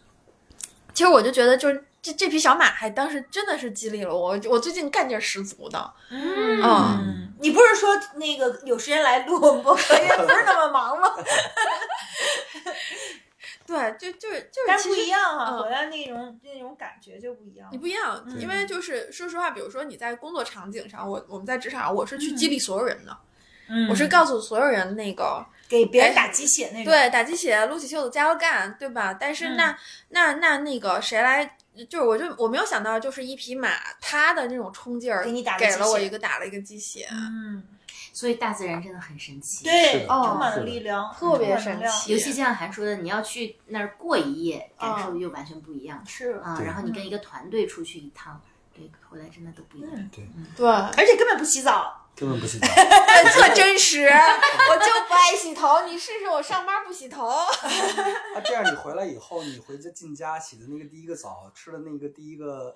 其实我就觉得就是。这这匹小马还当时真的是激励了我，我最近干劲儿十足的。
嗯
嗯
你不是说那个有时间来录我们播客，因为不是那么忙 *laughs* 吗？
对，就就是就是，
但
其
是不
实
一样哈、
嗯
回来那种那种感觉就不一样
你。不一样，
嗯
因为就是说实话，比如说你在工作场景上，我我们在职场上，我是去激励所有人的，
嗯
我是告诉所有人那个
给别人打鸡血那种。嗯
对打鸡血、撸起袖子加油干，对吧？但是那、那那那个谁来，就是我就我没有想到，就是一匹马，它的那种冲劲儿
给你打了
给
鸡
了我
血
一个打了一个鸡血，
嗯，
所以大自然真的很神奇。
是
对，
的
充满
是
了
的
力量，
特别
充满
神
能量
奇
尤其像韩说的，你要去那儿过一夜，感受又完全不一样
是
嗯
啊。
对
然后你跟一个团队出去一趟，对，回来真的都不一样。
嗯 *laughs*
对，
而且根本不洗澡，”
*laughs* 根本不信。
特真实。我就不爱洗头，你试试我上班不洗头。
啊，这样你回来以后，你回家进家洗的那个第一个澡，吃的那个第一个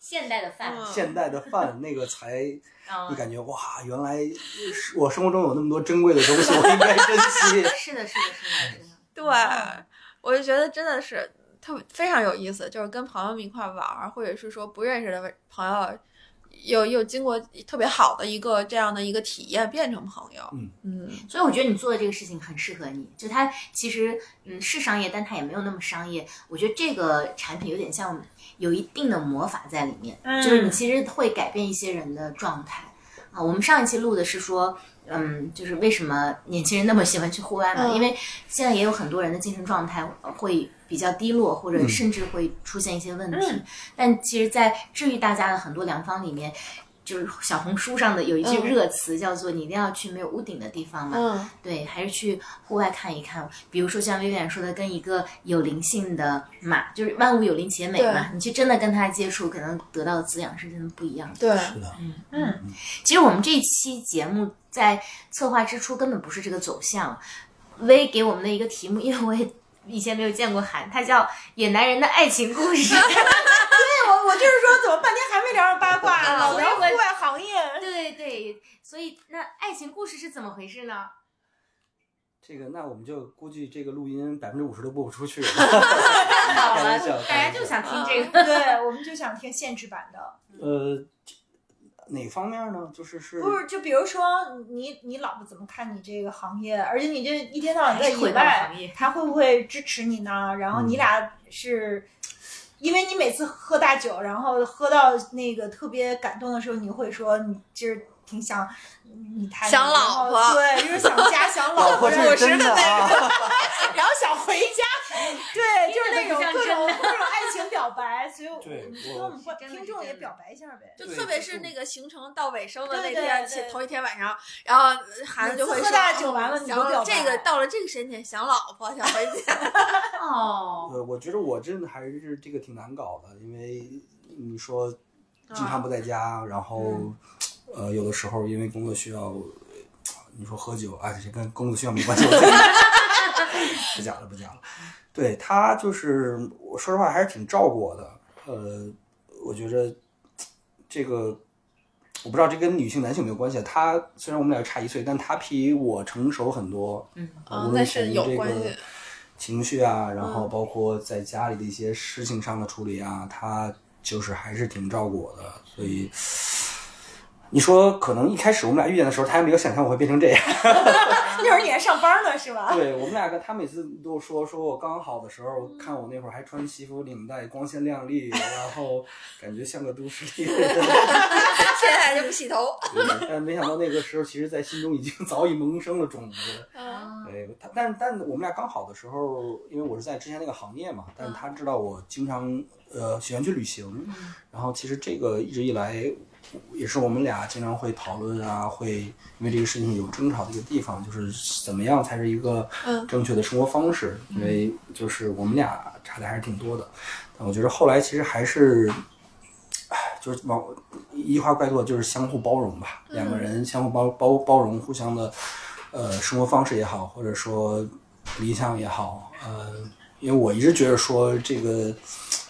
现代的饭，
嗯
现代的
*laughs*
饭，那个才
啊
你感觉哇，原来是我生活中有那么多珍贵的东西，我应该珍惜。 *laughs*
是的，是的，是的，是的。
对，
哦
我就觉得真的是特别非常有意思，就是跟朋友们一块玩儿，或者是说不认识的朋友，又又经过特别好的一个这样的一个体验，变成朋友。
嗯
所以我觉得你做的这个事情很适合你，就它其实嗯是商业，但它也没有那么商业。我觉得这个产品有点像有一定的魔法在里面，
嗯
就是你其实会改变一些人的状态啊。我们上一期录的是说。嗯，就是为什么年轻人那么喜欢去户外嘛？
嗯
因为现在也有很多人的精神状态呃会比较低落，或者
嗯
甚至会出现一些问题。
嗯
但其实，在治愈大家的很多良方里面，就是小红书上的有一句
嗯
热词叫做“你一定要去没有屋顶的地方”嘛。
嗯
对，还是去户外看一看。比如说像薇薇安说的，跟一个有灵性的马，就是万物有灵且美嘛，你去真的跟它接触，可能得到的滋养是真的不一样的。
对，
是的，
嗯，
其实我们这期节目在策划之初根本不是这个走向。薇给我们的一个题目，因为我也以前没有见过韩，它叫《野男人的爱情故事》。
对哎我我就是说，怎么半天还没聊上八卦
啊
呢？老
所以
聊户
我
外行业，
对对对，所以那爱情故事是怎么回事呢？
这个那我们就估计这个录音百分之五十都播不出去了。
好了，
*laughs* 开玩笑
大家就想听这个。
对，我们就想听限制版的。
呃，哪方面呢？就是
嗯
是
不是，就比如说你你老婆怎么看你这个行业，而且你这一天到晚
还
在
是回
以
到了
外
行业，
她会不会支持你呢？然
嗯
后你俩是。因为你每次喝大酒，然后喝到那个特别感动的时候，你会说你今儿挺想你太
想老婆
对，就是想家
*laughs*
想老
老
婆
婆，这是真的啊！
然后想回
*laughs*
家，
对，就是那种
听着
各
就像
种
真的
各种爱情表白，所以我
对
们
我
跟我们观
真的是
听众也
真的
表白一下呗。
就
对
特别
就是
是那个行程到尾声的
对
那
对
天，
对
起头一天晚上，然后孩子就会
每次
说
喝大
啊
酒完了
嗯
你就
然后
表白
这个到了这个时间点想老婆想回
*laughs*
家，
哦，
呃，我觉得我真的还是这个挺难搞的，因为你说经常不在家，然后、呃，有的时候因为工作需要，呃你说喝酒，哎，这跟工作需要没关系，我自己 *laughs* 不讲了，不讲了。对他就是，我说实话还是挺照顾我的。呃，我觉着这个我不知道这跟女性男性有没有关系。他虽然我们俩差一岁，但他比我成熟很多。
嗯
啊
呃，无
那
论
是
从
有
这
关
个
系嗯
情绪啊，然后包括在家里的一些事情上的处理啊，他就是还是挺照顾我的。所以你说，可能一开始我们俩遇见的时候，他还没有想象我会变成这样。
*laughs* 那会儿你还上班呢是吧？
对我们两个，他每次都说说我刚好的时候，看我那会儿还穿西服领带，光鲜亮丽，然后感觉像个都市丽人。
现在就不洗头。
对但没想到那个时候，其实在心中已经 *laughs* 早已萌生了种子。
嗯
对，哎他但但我们俩刚好的时候，因为我是在之前那个行业嘛，但是他知道我经常呃喜欢去旅行，然后其实这个一直以来也是我们俩经常会讨论啊，会因为这个事情有争吵的一个地方，就是怎么样才是一个
嗯
正确的生活方式，因为就是我们俩差的还是挺多的，但我觉得后来其实还是。唉就是往一句话概括，就是相互包容吧。两个人相互包包包容，互相的呃生活方式也好，或者说理想也好，呃，因为我一直觉得说这个，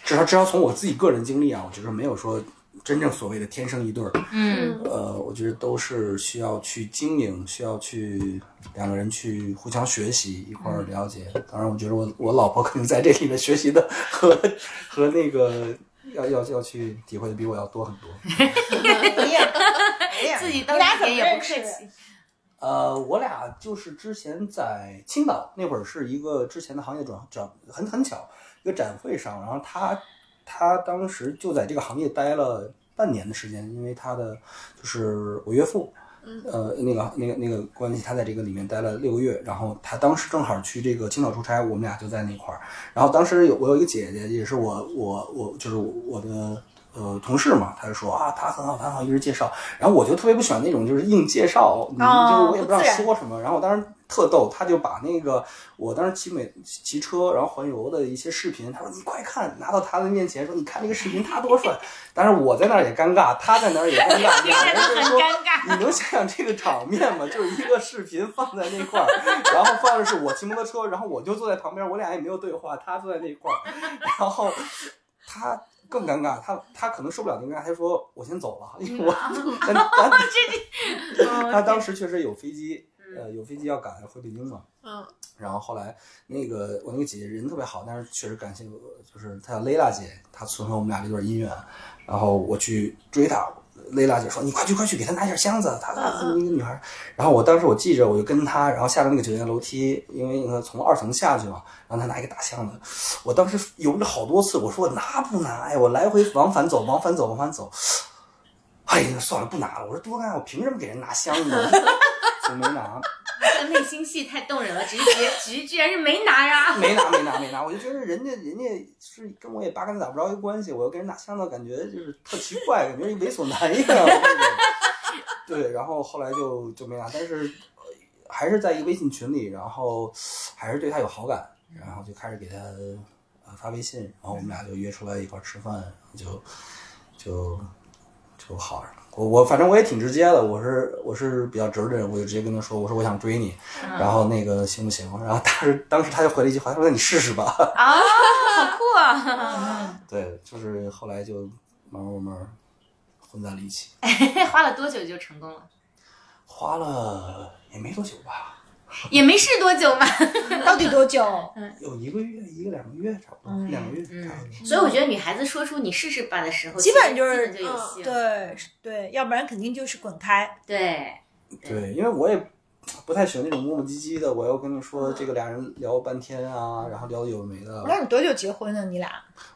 至少至少从我自己个人经历啊，我觉得没有说真正所谓的天生一对儿，
嗯，
呃，我觉得都是需要去经营，需要去两个人去互相学习，一块儿了解。当然，我觉得我我老婆肯定在这里面学习的 *laughs* 和和那个要要要去体会的比我要多很多。
*laughs* 哎呀，哎呀
自己
你
当
俩
时
怎么
也不
认
客
识？
气。
呃，我俩就是之前在青岛那会儿是一个之前的行业转转，很很巧，一个展会上，然后他他当时就在这个行业待了半年的时间，因为他的就是我岳父，呃，那个那个那个关系，他在这个里面待了六个月，然后他当时正好去这个青岛出差，我们俩就在那块儿，然后当时有我有一个姐姐，也是我我我就是我的。呃，同事嘛，他就说啊，他很好，他很好，一直介绍。然后我就特别不喜欢那种就是硬介绍，你就是我哦也不知道
不自然
说什么。然后我当时特逗，他就把那个我当时骑美骑车然后环游的一些视频，他说你快看，拿到他的面前说你看这个视频他多帅。 *laughs* 但是我在那儿也尴尬，他在那儿也尴 *laughs* 尬，两个人就是说
尬。
*laughs* 你能想想这个场面吗？就是一个视频放在那块儿，然后放的是我骑摩托车，然后我就坐在旁边，我俩也没有对话，他坐在那块儿，然后他更尴尬，他他可能受不了那个尴尬，他就说我先走了，因为我 *laughs* 但但他当时确实有飞机，呃，有飞机要赶回北京嘛。
嗯，
然后后来那个我那个姐姐人特别好，但是确实感谢我，就是她叫雷拉姐，她存和我们俩这段姻缘。然后我去追她，雷拉姐说：“你快去快去，给她拿一下箱子。她”她那个女孩。然后我当时我记着，我就跟她，然后下到那个酒店楼梯，因为她从二层下去嘛，然后她拿一个大箱子，我当时犹豫了好多次，我说我拿不拿呀？我来回往返走，往返走，往返走。哎呀，算了，不拿了。我说多尴尬，我凭什么给人拿箱子？ *laughs* 就没拿。
这内心戏太动人了，只是结局居然是没拿
*laughs*
*laughs*
呀。
没拿，没拿，没拿，我就觉得人家人家是跟我也八竿子打不着一个关系，我要跟人拿箱子，感觉就是特奇怪，感觉猥琐男一样。啊我感觉对，然后后来就就没拿，但是呃还是在一个微信群里，然后还是对他有好感，然后就开始给他呃发微信，然后我们俩就约出来一块儿吃饭，就就就好上了。我我反正我也挺直接的，我是我是比较直的人，我就直接跟他说，我说我想追你，然后那个行不行？然后当时当时他就回了一句话，他说那你试试吧。 *laughs*
啊，好酷啊！
嗯
对，就是后来就慢慢慢慢混在了一起，
花了多久就成功了？
花了也没多久吧，
也没试多久嘛。
嗯到底多久？
有一个月，一个两个月差不多，
嗯
两个月
嗯
差不多。
*laughs* 所以我觉得女孩子说出你试试吧的时候，
基本就是嗯
基本就有戏了。
对对，要不然肯定就是滚开。
对，
对，因为我也不太喜欢那种磨磨唧唧的，我要跟你说这个俩人聊半天啊，然后聊的有的没的。
那你多久结婚呢？你俩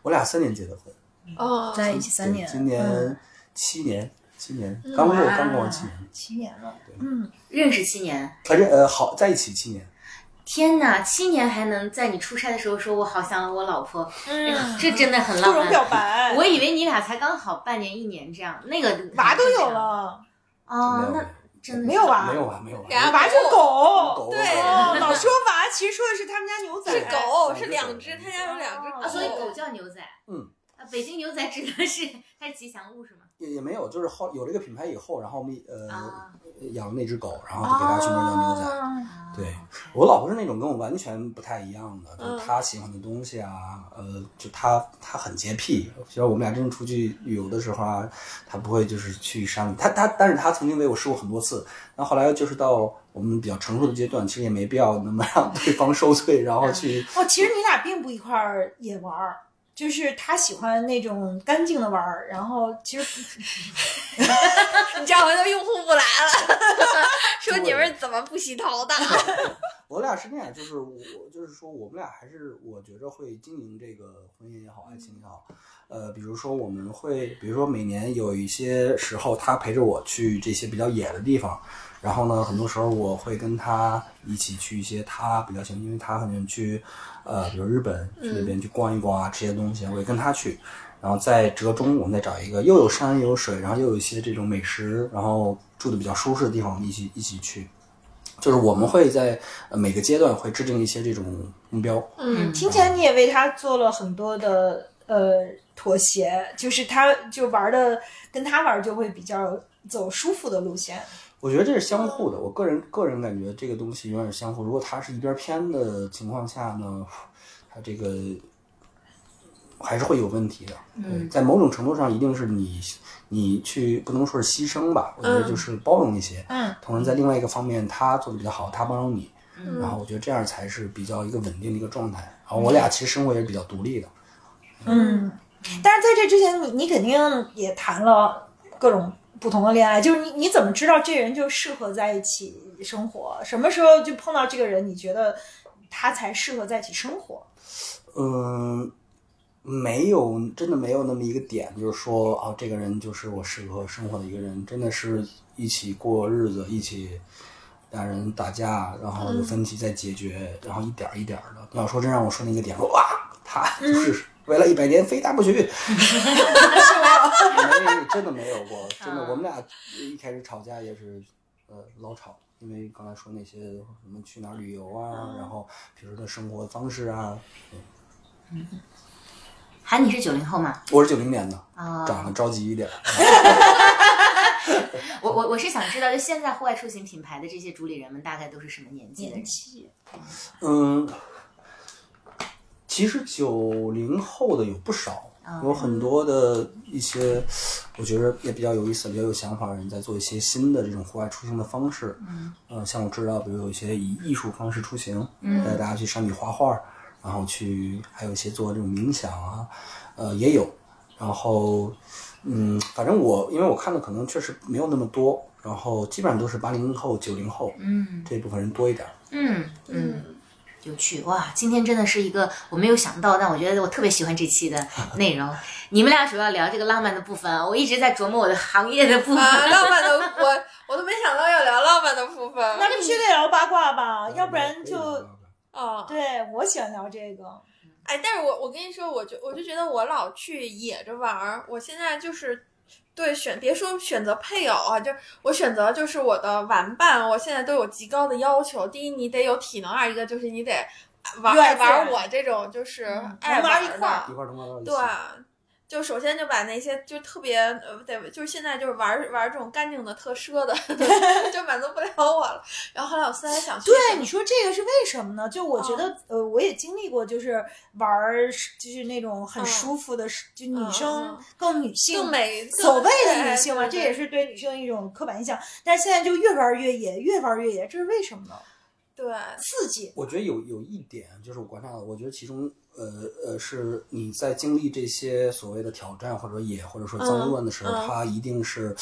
我俩三年结的婚，
哦，
在一起三年，
对今
嗯
年七年，七年刚过
哇
刚过完七年，
七年了
对。
嗯，
认识七年，
反正呃好在一起七年，
天哪，七年还能在你出差的时候说我好想我老婆，哎呀
嗯，
这真的很
不
浪
容表
漫。
白，
我以为你俩才刚好半年一年这样，那个
娃都有了，
哦，
没有
那真的
没有娃
没，有啊没有啊，
俩
娃是狗。
狗
对
哦，老说娃，其实说的是他们家牛仔。
是狗，
哎
是两只，他家有两
哦
只
啊，
狗，
所以狗叫牛仔。
嗯。
啊，北京牛仔指的是 *laughs* 它是吉祥物是吗？
*laughs* 也也没有，就是后有这个品牌以后，然后我们呃、
啊
养了那只狗，然后就给
哦
它取名叫牛仔。
啊
啊
对
OK
我老婆是那种跟我完全不太一样的，就
嗯
是她喜欢的东西啊，呃，就她她很洁癖。其实我们俩真的出去旅游的时候啊，她不会就是去山里，她她但是她曾经为我试过很多次，那后来就是到我们比较成熟的阶段，其实也没必要那么让 *laughs* 对方受罪，然后去
哦，其实你俩并不一块儿也玩儿，就是他喜欢那种干净的玩儿，然后其实
你这样回头用户不
*laughs*
来了，说你们是怎么不洗头的？
我俩是那样，就是我就是说，我们俩还是我觉着会经营这个婚姻也好，爱情也好，呃，比如说我们会，比如说每年有一些时候，他陪着我去这些比较野的地方，然后呢，很多时候我会跟他一起去一些他比较喜欢，因为他很喜欢去，呃，比如日本去那边去逛一逛啊，吃些东西，我也跟他去。然后在折中，我们再找一个又有山又有水，然后又有一些这种美食，然后住的比较舒适的地方，我们一起一起去。就是我们会在呃每个阶段会制定一些这种目标，
嗯，
听起来你也为他做了很多的呃妥协，就是他就玩的跟他玩儿就会比较走舒服的路线。
我觉得这是相互的。我个人个人感觉这个东西永远是相互。如果它是一边偏的情况下呢，它这个还是会有问题的。
嗯
对，在某种程度上，一定是你你去不能说是牺牲吧，我觉得就是包容一些。
嗯，
同时在另外一个方面，他做的比较好，他包容你，
嗯
然后我觉得这样才是比较一个稳定的一个状态。然后我俩其实生活也是比较独立的。
嗯，但是在这之前你，你肯定也谈了各种不同的恋爱，就是你你怎么知道这人就适合在一起生活？什么时候就碰到这个人，你觉得他才适合在一起生活？
嗯，没有，真的没有那么一个点，就是说啊，这个人就是我适合生活的一个人，真的是一起过日子，一起俩人打架，然后有分歧再解决，然后一点儿一点儿的。你要说真让我说那个点，我哇，他就是为了一百年非他不娶，没有，真的没有过，真的，我们俩一开始吵架也是呃老吵。因为刚才说那些什么去哪儿旅游啊，然后平时的生活方式啊，
喊你是九零后吗？
我是九零年的，
啊、
长得着急一点儿。
我我我是想知道，就现在户外出行品牌的这些主理人们大概都是什么年纪的人？
纪
嗯，其实九零后的有不少，有很多的一些，我觉得也比较有意思、比较有想法的人在做一些新的这种户外出行的方式。嗯，呃，像我知道，比如有一些以艺术方式出行，嗯，带大家去山里画画，然后去还有一些做这种冥想啊，呃，也有。然后，嗯，反正我因为我看的可能确实没有那么多，然后基本上都是八零后、九零后，
嗯
这部分人多一点儿。
嗯嗯，
嗯，
有趣哇！今天真的是一个我没有想到，但我觉得我特别喜欢这期的内容。你们俩主要聊这个浪漫的部分，啊我一直在琢磨我的行业的部分。
啊，浪漫的我我都没想到要聊浪漫的部分，
那必须得聊八卦吧，要不然
可以的
就
啊，
对我喜欢聊这个。
哎，但是我我跟你说，我就我就觉得我老去野着玩儿，我现在就是对选别说选择配偶啊，就是我选择就是我的玩伴，我现在都有极高的要求。第一，你得有体能；二，一个就是你得玩
热爱
爱
自然
玩我这种就是
能
爱
玩一
的
块儿
一块儿能玩到一起。
啊对，啊就首先就把那些就特别呃，对，就是现在就是玩儿玩儿这种干净的特奢的， *laughs* 就满足不了我了。然后后来我思来想去，
对，你说这个是为什么呢？就我觉
嗯
得，呃，我也经历过，就是玩儿，就是那种很
嗯
舒服的，就
嗯
女
嗯
生
嗯
更女性
更美
所谓的
对
女性嘛，
对
这
对
也是对女性的一种刻板印象。但是现在就越玩越野，越玩越野，这是为什么呢？
对，
刺激，
我觉得有有一点啊就是我观察到的，我觉得其中呃呃是你在经历这些所谓的挑战或者野或者说脏乱的时候，
嗯嗯
它一定是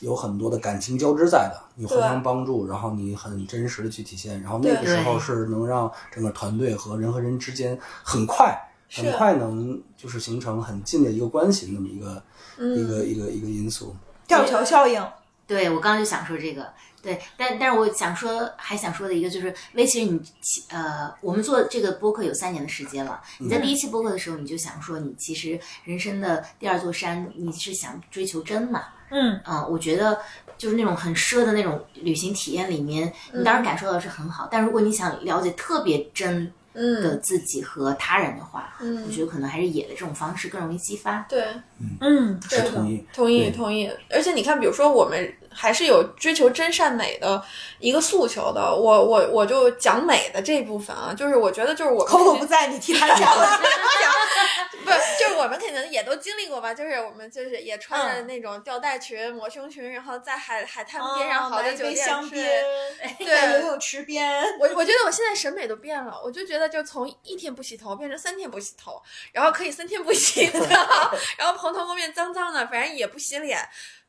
有很多的感情交织在的，你互
对
相帮助，然后你很真实的去体现，然后那个
对
时候是能让整个团队和人和人之间很快。
是
很快能就是形成很近的一个关系，那么一个、一个
嗯，
一个一个因素。
吊桥效应。
*laughs* 对，我刚刚就想说这个，对，但但是我想说，还想说的一个就是，薇，其实你其呃，我们做这个播客有三年的时间了。你
嗯
嗯
在第一期播客的时候，你就想说，你其实人生的第二座山，你是想追求真嘛？
嗯，
嗯、我觉得就是那种很奢的那种旅行体验里面，你
嗯
当然感受到是很好，但如果你想了解特别真的
嗯
自己和他人的话，我
嗯，啊
觉得可能还是野的这种方式更容易激发。
对，
嗯，
对
是同意，
同
对
意同意，而且你看，比如说我们还是有追求真善美的一个诉求的。我我我就讲美的这一部分啊，就是我觉得就是我们
口口不在，你替他
*laughs*
讲了。
不就是我们肯定也都经历过吧？就是我们就是也穿
嗯
着那种吊带裙、抹胸裙，然后在海海滩边上嗯好
哦买
的
一
酒
杯
店
香
睡
槟，在
对
游。泳池边，
我我觉得我现在审美都变了，我就觉得就从一天不洗头变成三天不洗头，然后可以三天不洗澡， *laughs* 然后蓬头垢面脏脏的，反正也不洗脸，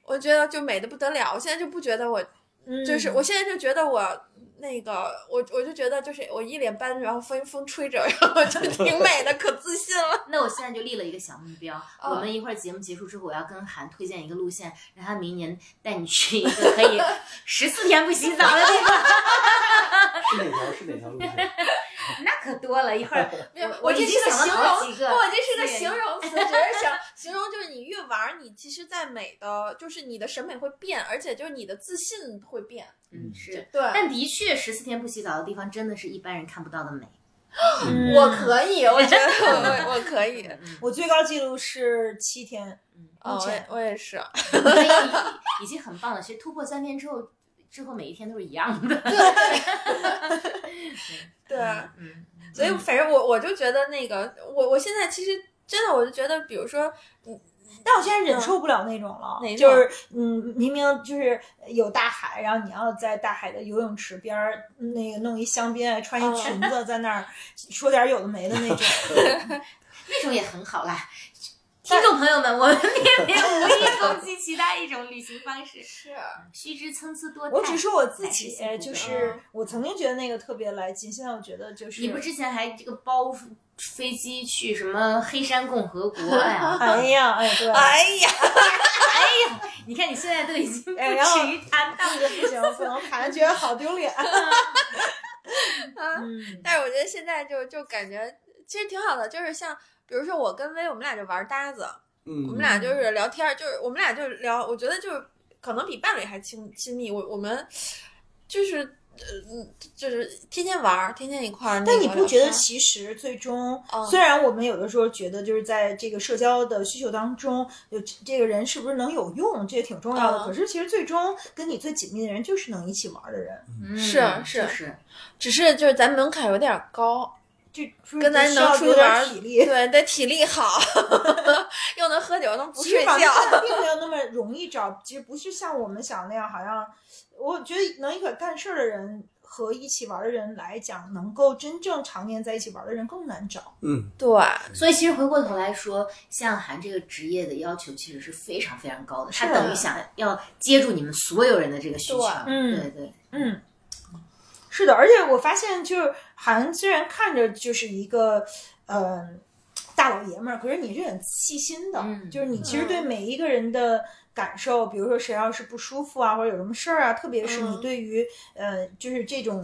我觉得就美的不得了。我现在就不觉得我
嗯
就是我现在就觉得我那个，我我就觉得就是我一脸斑，然后风风吹着，然后就挺美的，可自信
*laughs*
了。
那我现在就立了一个小目标，
哦
我们一会儿节目结束之后，我要跟韩推荐一个路线，让他明年带你去一个可
*laughs*
以十四天不洗澡的地方，
是哪条是哪条路线？
那可多了。一会儿 *laughs* 我
我
已
这
经
是个
想
形
了
容，
好几
不，
个，
我这是个
资源
形容词，只是想形容就是你越玩儿，你其实在美的，就是你的审美会变，而且就是你的自信会变。
嗯是。
对，
但的确，十四天不洗澡的地方真的是一般人看不到的美。
嗯
我可以，我觉 *laughs* 得我我可以。
嗯，
我最高记录是七天，
哦，我也
嗯
我也是，
所以已经很棒了。其实突破三天之后，之后每一天都是一样的。 *laughs*
对。
啊
嗯，
所以反正我我就觉得那个，我我现在其实真的我就觉得，比如说
但我现在
嗯
忍受不了那种了，
哪种
就是嗯，明明就是有大海，然后你要在大海的游泳池边儿那个弄一香槟，还穿
嗯
一裙子在那儿说点有的没的那种，
那种也很好啦。听众朋友们，我们并
*laughs*
没有无意攻击其他一种旅行方式，
是
须知参差多态。
我只说我自
哎
己
是幸，福
就
的
是我曾经觉得那个特别来劲，现在我觉得就是
你不之前还这个包飞机去什么黑山共和国
*laughs*
呀？
哎呀，哎对，
哎呀，
你看你现在都已经不
哎然后
止于嗯谈到
这个不行，不能谈，觉得好丢脸。 *laughs*
啊
嗯，
但是我觉得现在就就感觉其实挺好的，就是像比如说我跟薇，我们俩就玩搭子，
嗯，
我们俩就是聊天儿，就是我们俩就是聊，我觉得就是可能比伴侣还亲亲密。我我们就是呃嗯，就是天天玩儿，天天一块儿。
但你
那个
不觉得
聊天儿
其实最终
嗯，
虽然我们有的时候觉得就是在这个社交的需求当中，有这个人是不是能有用，这也挺重要的。
嗯
可是其实最终跟你最紧密的人就是能一起玩的人，
嗯
是是
就是
只是就是咱门槛有点儿高，
就
跟咱
需
能
要
出去
有
玩
点
儿
体
*laughs*
力。
对，得体力好， *laughs* 又能喝酒，能不
其实
睡
房地
觉。
产并没有那么容易找，其实不是像我们想那样，好像我觉得能一块干事儿的人和一起玩的人来讲，能够真正常年在一起玩的人更难找。
嗯，
对，
所以其实回过头来说，像韩这个职业的要求其实是非常非常高的，他
是
等于想要接住你们所有人的这个需求
对。
嗯
对对，
嗯，是的，而且我发现就是韩虽然看着就是一个呃大老爷们儿，可是你是很细心的，
嗯
就是你其实对每一个人的。感受，比如说谁要是不舒服啊，或者有什么事儿啊，特别是你
嗯
对于、呃，就是这种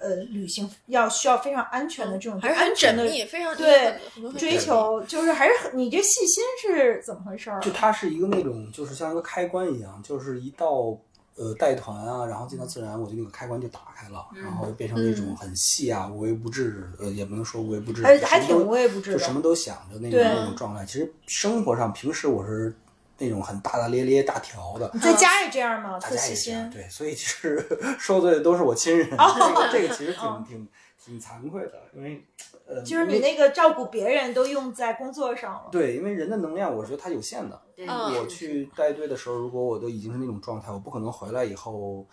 呃旅行要需要非常安全的这种
嗯还是很
安全
缜
的
密，非常
对
很多很多
追求，就是还是很你这细心是怎么回事儿啊
就？它是一个那种，就是像一个开关一样，就是一到呃带团啊，然后进到自然，我就那个开关就打开了，
嗯
然后就变成那种很细啊，无微不至，呃，也不能说无微不至，
还
就
还
什么
挺
都
无微不至
就
的，
什么都想着那种
对
那种状态。其实生活上平时我是那种很大大咧咧、大条的。
你在家也这样吗？
大
特
家
细
也这样，
心。
*laughs*
哦
对，所以其实说的都是我亲人，这个这个其实挺挺挺惭愧的，因为呃，
就是你
因为
那个照顾别人都用在工作上了。
对，因为人的能量，我觉得它有限的。
对，
嗯
我去带队的时候，如果我都已经是那种状态，我不可能回来以后，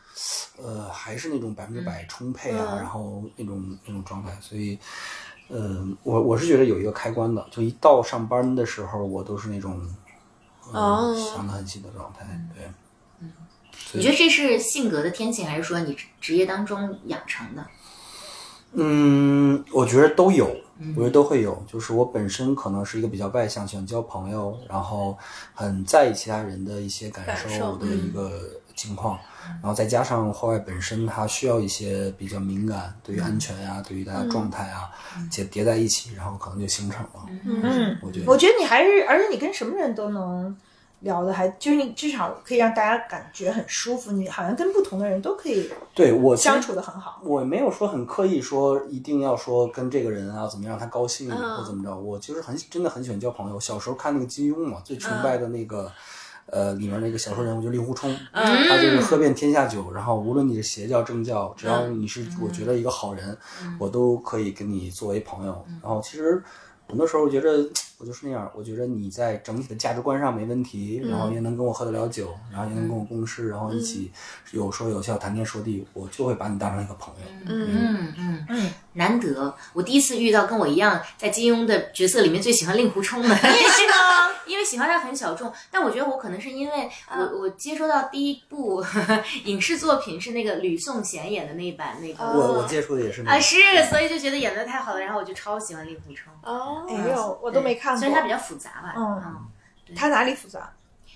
呃，还是那种百分之百充沛啊，
嗯
然后那种那种状态。所以，呃，我我是觉得有一个开关的，就一到上班的时候，我都是那种，呃、
哦
想的很细的状态。对，
你觉得这是性格的天性，还是说你职业当中养成的？
嗯，我觉得都有，我觉得都会有。就是我本身可能是一个比较外向，喜欢交朋友，然后很在意其他人的一些感
感受
受的一个情况，然后再加上户外本身它需要一些比较敏感，对于安全呀、对于大家状态啊，且叠在一起，然后可能就形成了。
嗯，
我觉得
我觉得你还是，而且你跟什么人都能聊的还，就是你至少可以让大家感觉很舒服，你好像跟不同的人都可以
对我其实
相处的很好。
我没有说很刻意说一定要说跟这个人啊怎么样让他高兴、
嗯
或怎么着，我就是很真的很喜欢交朋友。小时候看那个金庸嘛，最崇拜的那个、呃里面那个小说人物就是令狐冲，
嗯
他就是喝遍天下酒，然后无论你是邪教正教，只
嗯
要你是我觉得一个好人，我都可以跟你作为朋友。
嗯
然后其实。很多时候我觉得我就是那样，我觉得你在整体的价值观上没问题，然后也
嗯
能跟我喝得了酒，然后也能跟我共事，然后一起有说有笑、谈天说地，我就会把你当成一个朋友。
嗯嗯
嗯，
难得，我第一次遇到跟我一样在金庸的角色里面最喜欢令狐冲
*laughs*
的，你也是吗？ *laughs* 因为喜欢他很小众，但我觉得我可能是因为
嗯
我我接收到第一部 *laughs* 影视作品是那个吕颂贤演的那一版那个
我我接触的也是
嗯
那
啊，
种
是，所以就觉得演的太好了，然后我就超喜欢令狐冲。嗯
哦
哎呦，我都没看过。
虽然它比较复杂吧，
嗯
嗯，
他哪里复杂？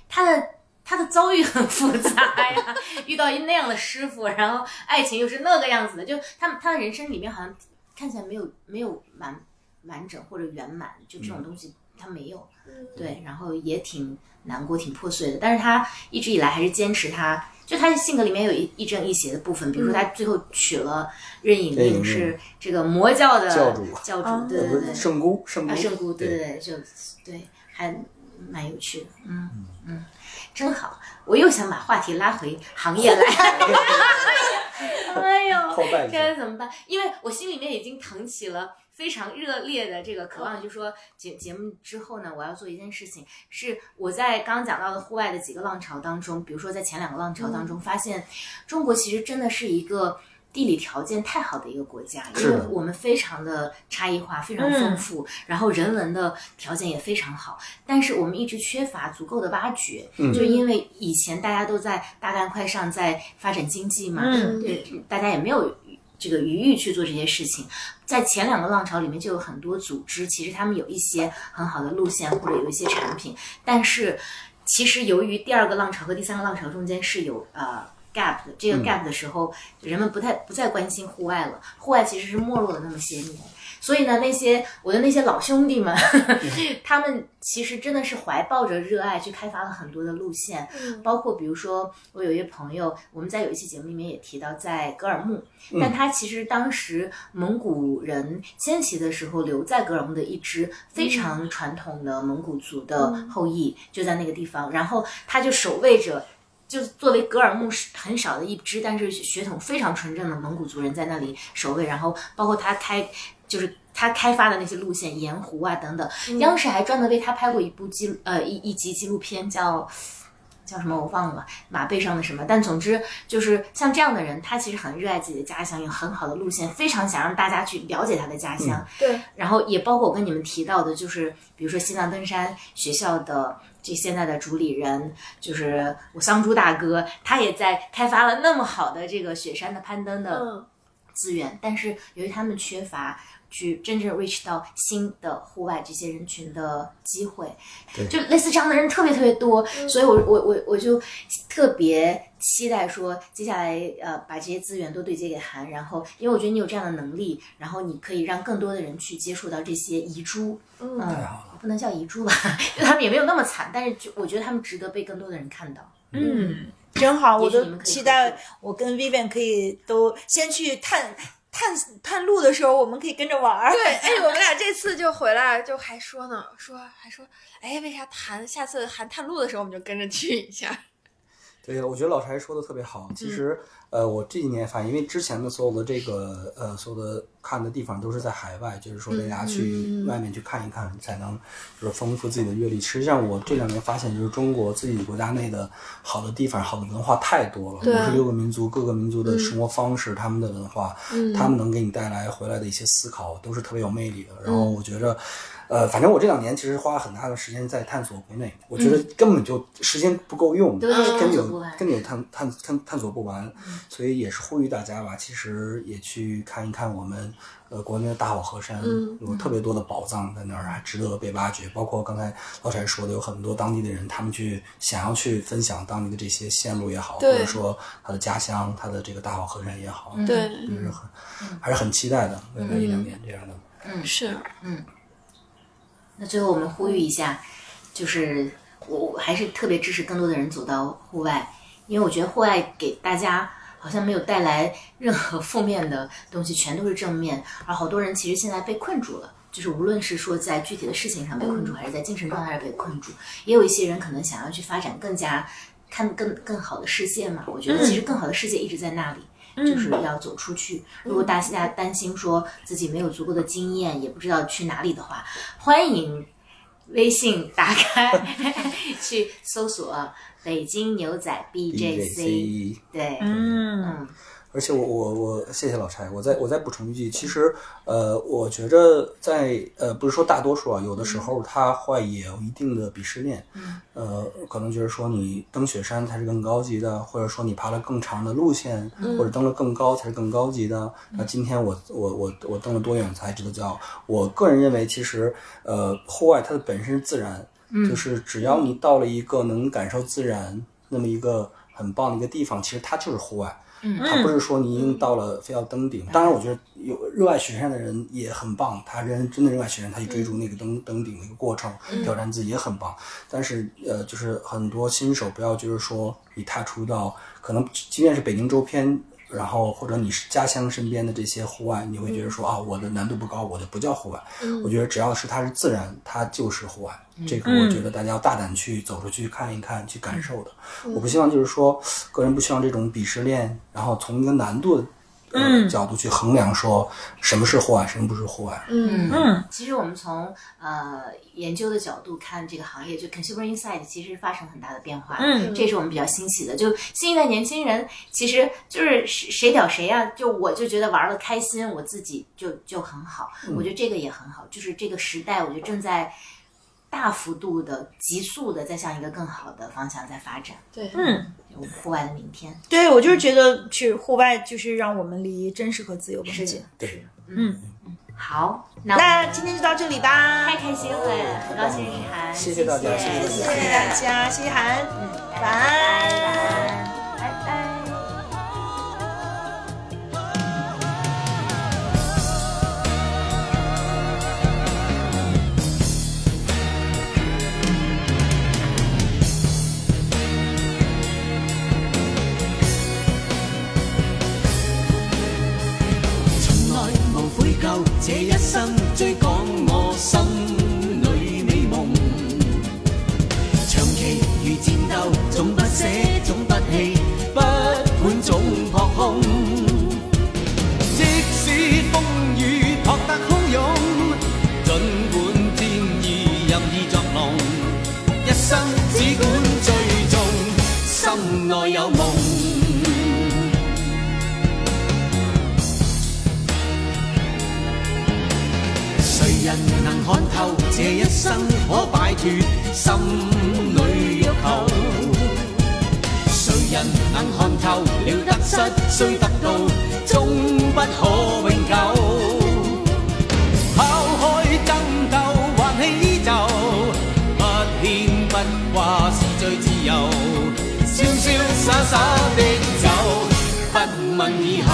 他的他的遭遇很复杂呀， *laughs* 遇到一那样的师傅，然后爱情又是那个样子的，就他他的人生里面好像看起来没有没有完完整或者圆满，就这种东西他没有，对，然后也挺难过，挺破碎的，但是他一直以来还是坚持他。就他性格里面有一一正一邪的部分，比如说他最后娶了任盈
任盈
盈，
盈
是这个魔教的
教主
教
啊
主，对对对，
圣姑，圣姑，
啊，圣姑，对对
对，
对，就对，还蛮有趣的，嗯嗯，真好。我又想把话题拉回行业来， *laughs* 哎呦，
后半
这
句
该怎么办？因为我心里面已经腾起了。非常热烈的这个渴望，就说节节目之后呢，我要做一件事情，是我在刚刚讲到的户外的几个浪潮当中，比如说在前两个浪潮当中，发现中国其实真的是一个地理条件太好的一个国家，因
是
为
的
我们非常的差异化，非常丰富，然后人文的条件也非常好，但是我们一直缺乏足够的挖掘，
嗯
就因为以前大家都在大干快上，在发展经济嘛，
嗯
对，大家也没有。这个余裕去做这些事情，在前两个浪潮里面就有很多组织，其实他们有一些很好的路线或者有一些产品，但是其实由于第二个浪潮和第三个浪潮中间是有呃 gap 的，这个 gap 的时候，人们不太不再关心户外了，户外其实是没落了那么些年。所以呢，那些我的那些老兄弟们， *laughs* 他们其实真的是怀抱着热爱去开发了很多的路线，
嗯
包括比如说我有一个朋友，我们在有一期节目里面也提到，在格尔木，但他其实当时蒙古人迁徙的时候留在格尔木的一支非常传统的蒙古族的后裔，就在那个地方，然后他就守卫着。就是作为格尔木是很少的一支，但是血统非常纯正的蒙古族人在那里守卫，然后包括他开，就是他开发的那些路线，盐湖啊等等，央视还专门为他拍过一部纪录呃一一集纪录片叫。叫什么我忘了，马背上的什么？但总之就是像这样的人，他其实很热爱自己的家乡，有很好的路线，非常想让大家去了解他的家乡。
对，
然后也包括我跟你们提到的，就是比如说西藏登山学校的这现在的主理人，就是我桑珠大哥，他也在开发了那么好的这个雪山的攀登的
嗯
资源，但是由于他们缺乏去真正 reach 到新的户外这些人群的机会，
对
就类似这样的人特别特别多，所以我我我我就特别期待说，接下来呃把这些资源都对接给韩，然后因为我觉得你有这样的能力，然后你可以让更多的人去接触到这些遗珠，嗯，
太好了。
不能叫遗珠吧， *laughs* 因为他们也没有那么惨，但是就我觉得他们值得被更多的人看到。
嗯，真好，我
也许
都
你们可以
期
合
待
作
我跟 Vivian 可以都先去探探探路的时候，我们可以跟着玩儿。
对，哎，我们俩这次就回来就还说呢，说还说，哎，为啥谈下次谈探路的时候我们就跟着去一下？
对，我觉得老柴说的特别好。其实，呃，我这几年发现，因为之前的所有的这个呃，所有的看的地方都是在海外，就是说大家去外面去看一看，才能就是丰富自己的阅历。实际上，我这两年发现，就是中国自己国家内的好的地方、好的文化太多了，五十六个民族，各个民族的生活方式、他们的文化，他们能给你带来回来的一些思考，都是特别有魅力的。然后我觉着。呃，反正我这两年其实花了很大的时间在探索国内，我觉得根本就时间不够用，
对对
根
探
本
索
有
不完嗯
根本有探探探探索不完，所以也是呼吁大家吧，其实也去看一看我们呃国内的大好河山，
嗯
有特别多的宝藏在那儿，还值得被挖掘。包括刚才老柴说的，有很多当地的人，他们去想要去分享当地的这些线路也好，或
对
者说他的家乡，他的这个大好河山也好，
嗯
对，
就是很还是很期待的，未来一两年这样的。
是
那最后我们呼吁一下，就是我我还是特别支持更多的人走到户外，因为我觉得户外给大家好像没有带来任何负面的东西，全都是正面。而好多人其实现在被困住了。就是无论是说在具体的事情上被困住，还是在精神状态上被困住，也有一些人可能想要去发展更加看更更好的世界嘛。我觉得其实更好的世界一直在那里，就是要走出去。如果大家担心说自己没有足够的经验，也不知道去哪里的话，欢迎微信打开去搜索“北京牛仔 BJC”。
BJC
对，
嗯，
嗯
而且我我我谢谢老柴，我再我再补充一句，其实呃，我觉着在呃，不是说大多数啊，有的时候他会也有一定的鄙视链，
嗯
呃，可能就是说你登雪山才是更高级的，或者说你爬了更长的路线，或者登了更高才是更高级的。那今天我我我我登了多远才值得骄傲？我个人认为，其实呃，户外它的本身是自然，就是只要你到了一个能感受自然那么一个很棒的一个地方，其实它就是户外。它不是说你一定到了非要登顶。当然，我觉得有热爱雪山的人也很棒，他人真的热爱雪山，他去追逐那个登登顶的一个过程，挑战自己也很棒。但是呃，就是很多新手不要就是说你踏出到可能即便是北京周边。然后或者你是家乡身边的这些户外，你会觉得说啊，我的难度不高，我的不叫户外。
嗯
我觉得只要是它是自然，它就是户外。这个我觉得大家要大胆去走出去看一看，去感受的。我不希望就是说，个人不希望这种鄙视链，然后从一个难度的、呃
嗯
角度去衡量说什么是户外，什么不是户外。
嗯
嗯，
其实我们从呃研究的角度看这个行业，就 consumer insight 其实发生很大的变化，
嗯
这是我们比较欣喜的。就新一代年轻人，其实就是谁谁屌谁呀、就我就觉得玩的开心，我自己就就很好，
嗯
我觉得这个也很好，就是这个时代，我觉得正在。大幅度的、急速的在向一个更好的方向在发展，
对，
有户外的明天
对我就是觉得去户外就是让我们离真实和自由更
是
近。
对，
好，那我
那
们
今天就到这里吧
太，开心了，很高兴认识韩，
谢谢大家谢
谢
谢
谢大家，谢谢韩，嗯晚安。
拜拜，拜拜。
从来无悔疚，这一生追赶我心里美梦。長期如戰鬥，總不捨，總不棄，不管總撲空。即使風雨撲得洶湧，儘管天意任意作弄，一生只管追蹤，心內有夢。谁人能看透这一生可擺脱心里欲求？谁人能看透了得失雖得到，終不可永久。拋開爭鬥，還氣依舊，不牽不掛是最自由，瀟瀟灑灑的走，不問以後。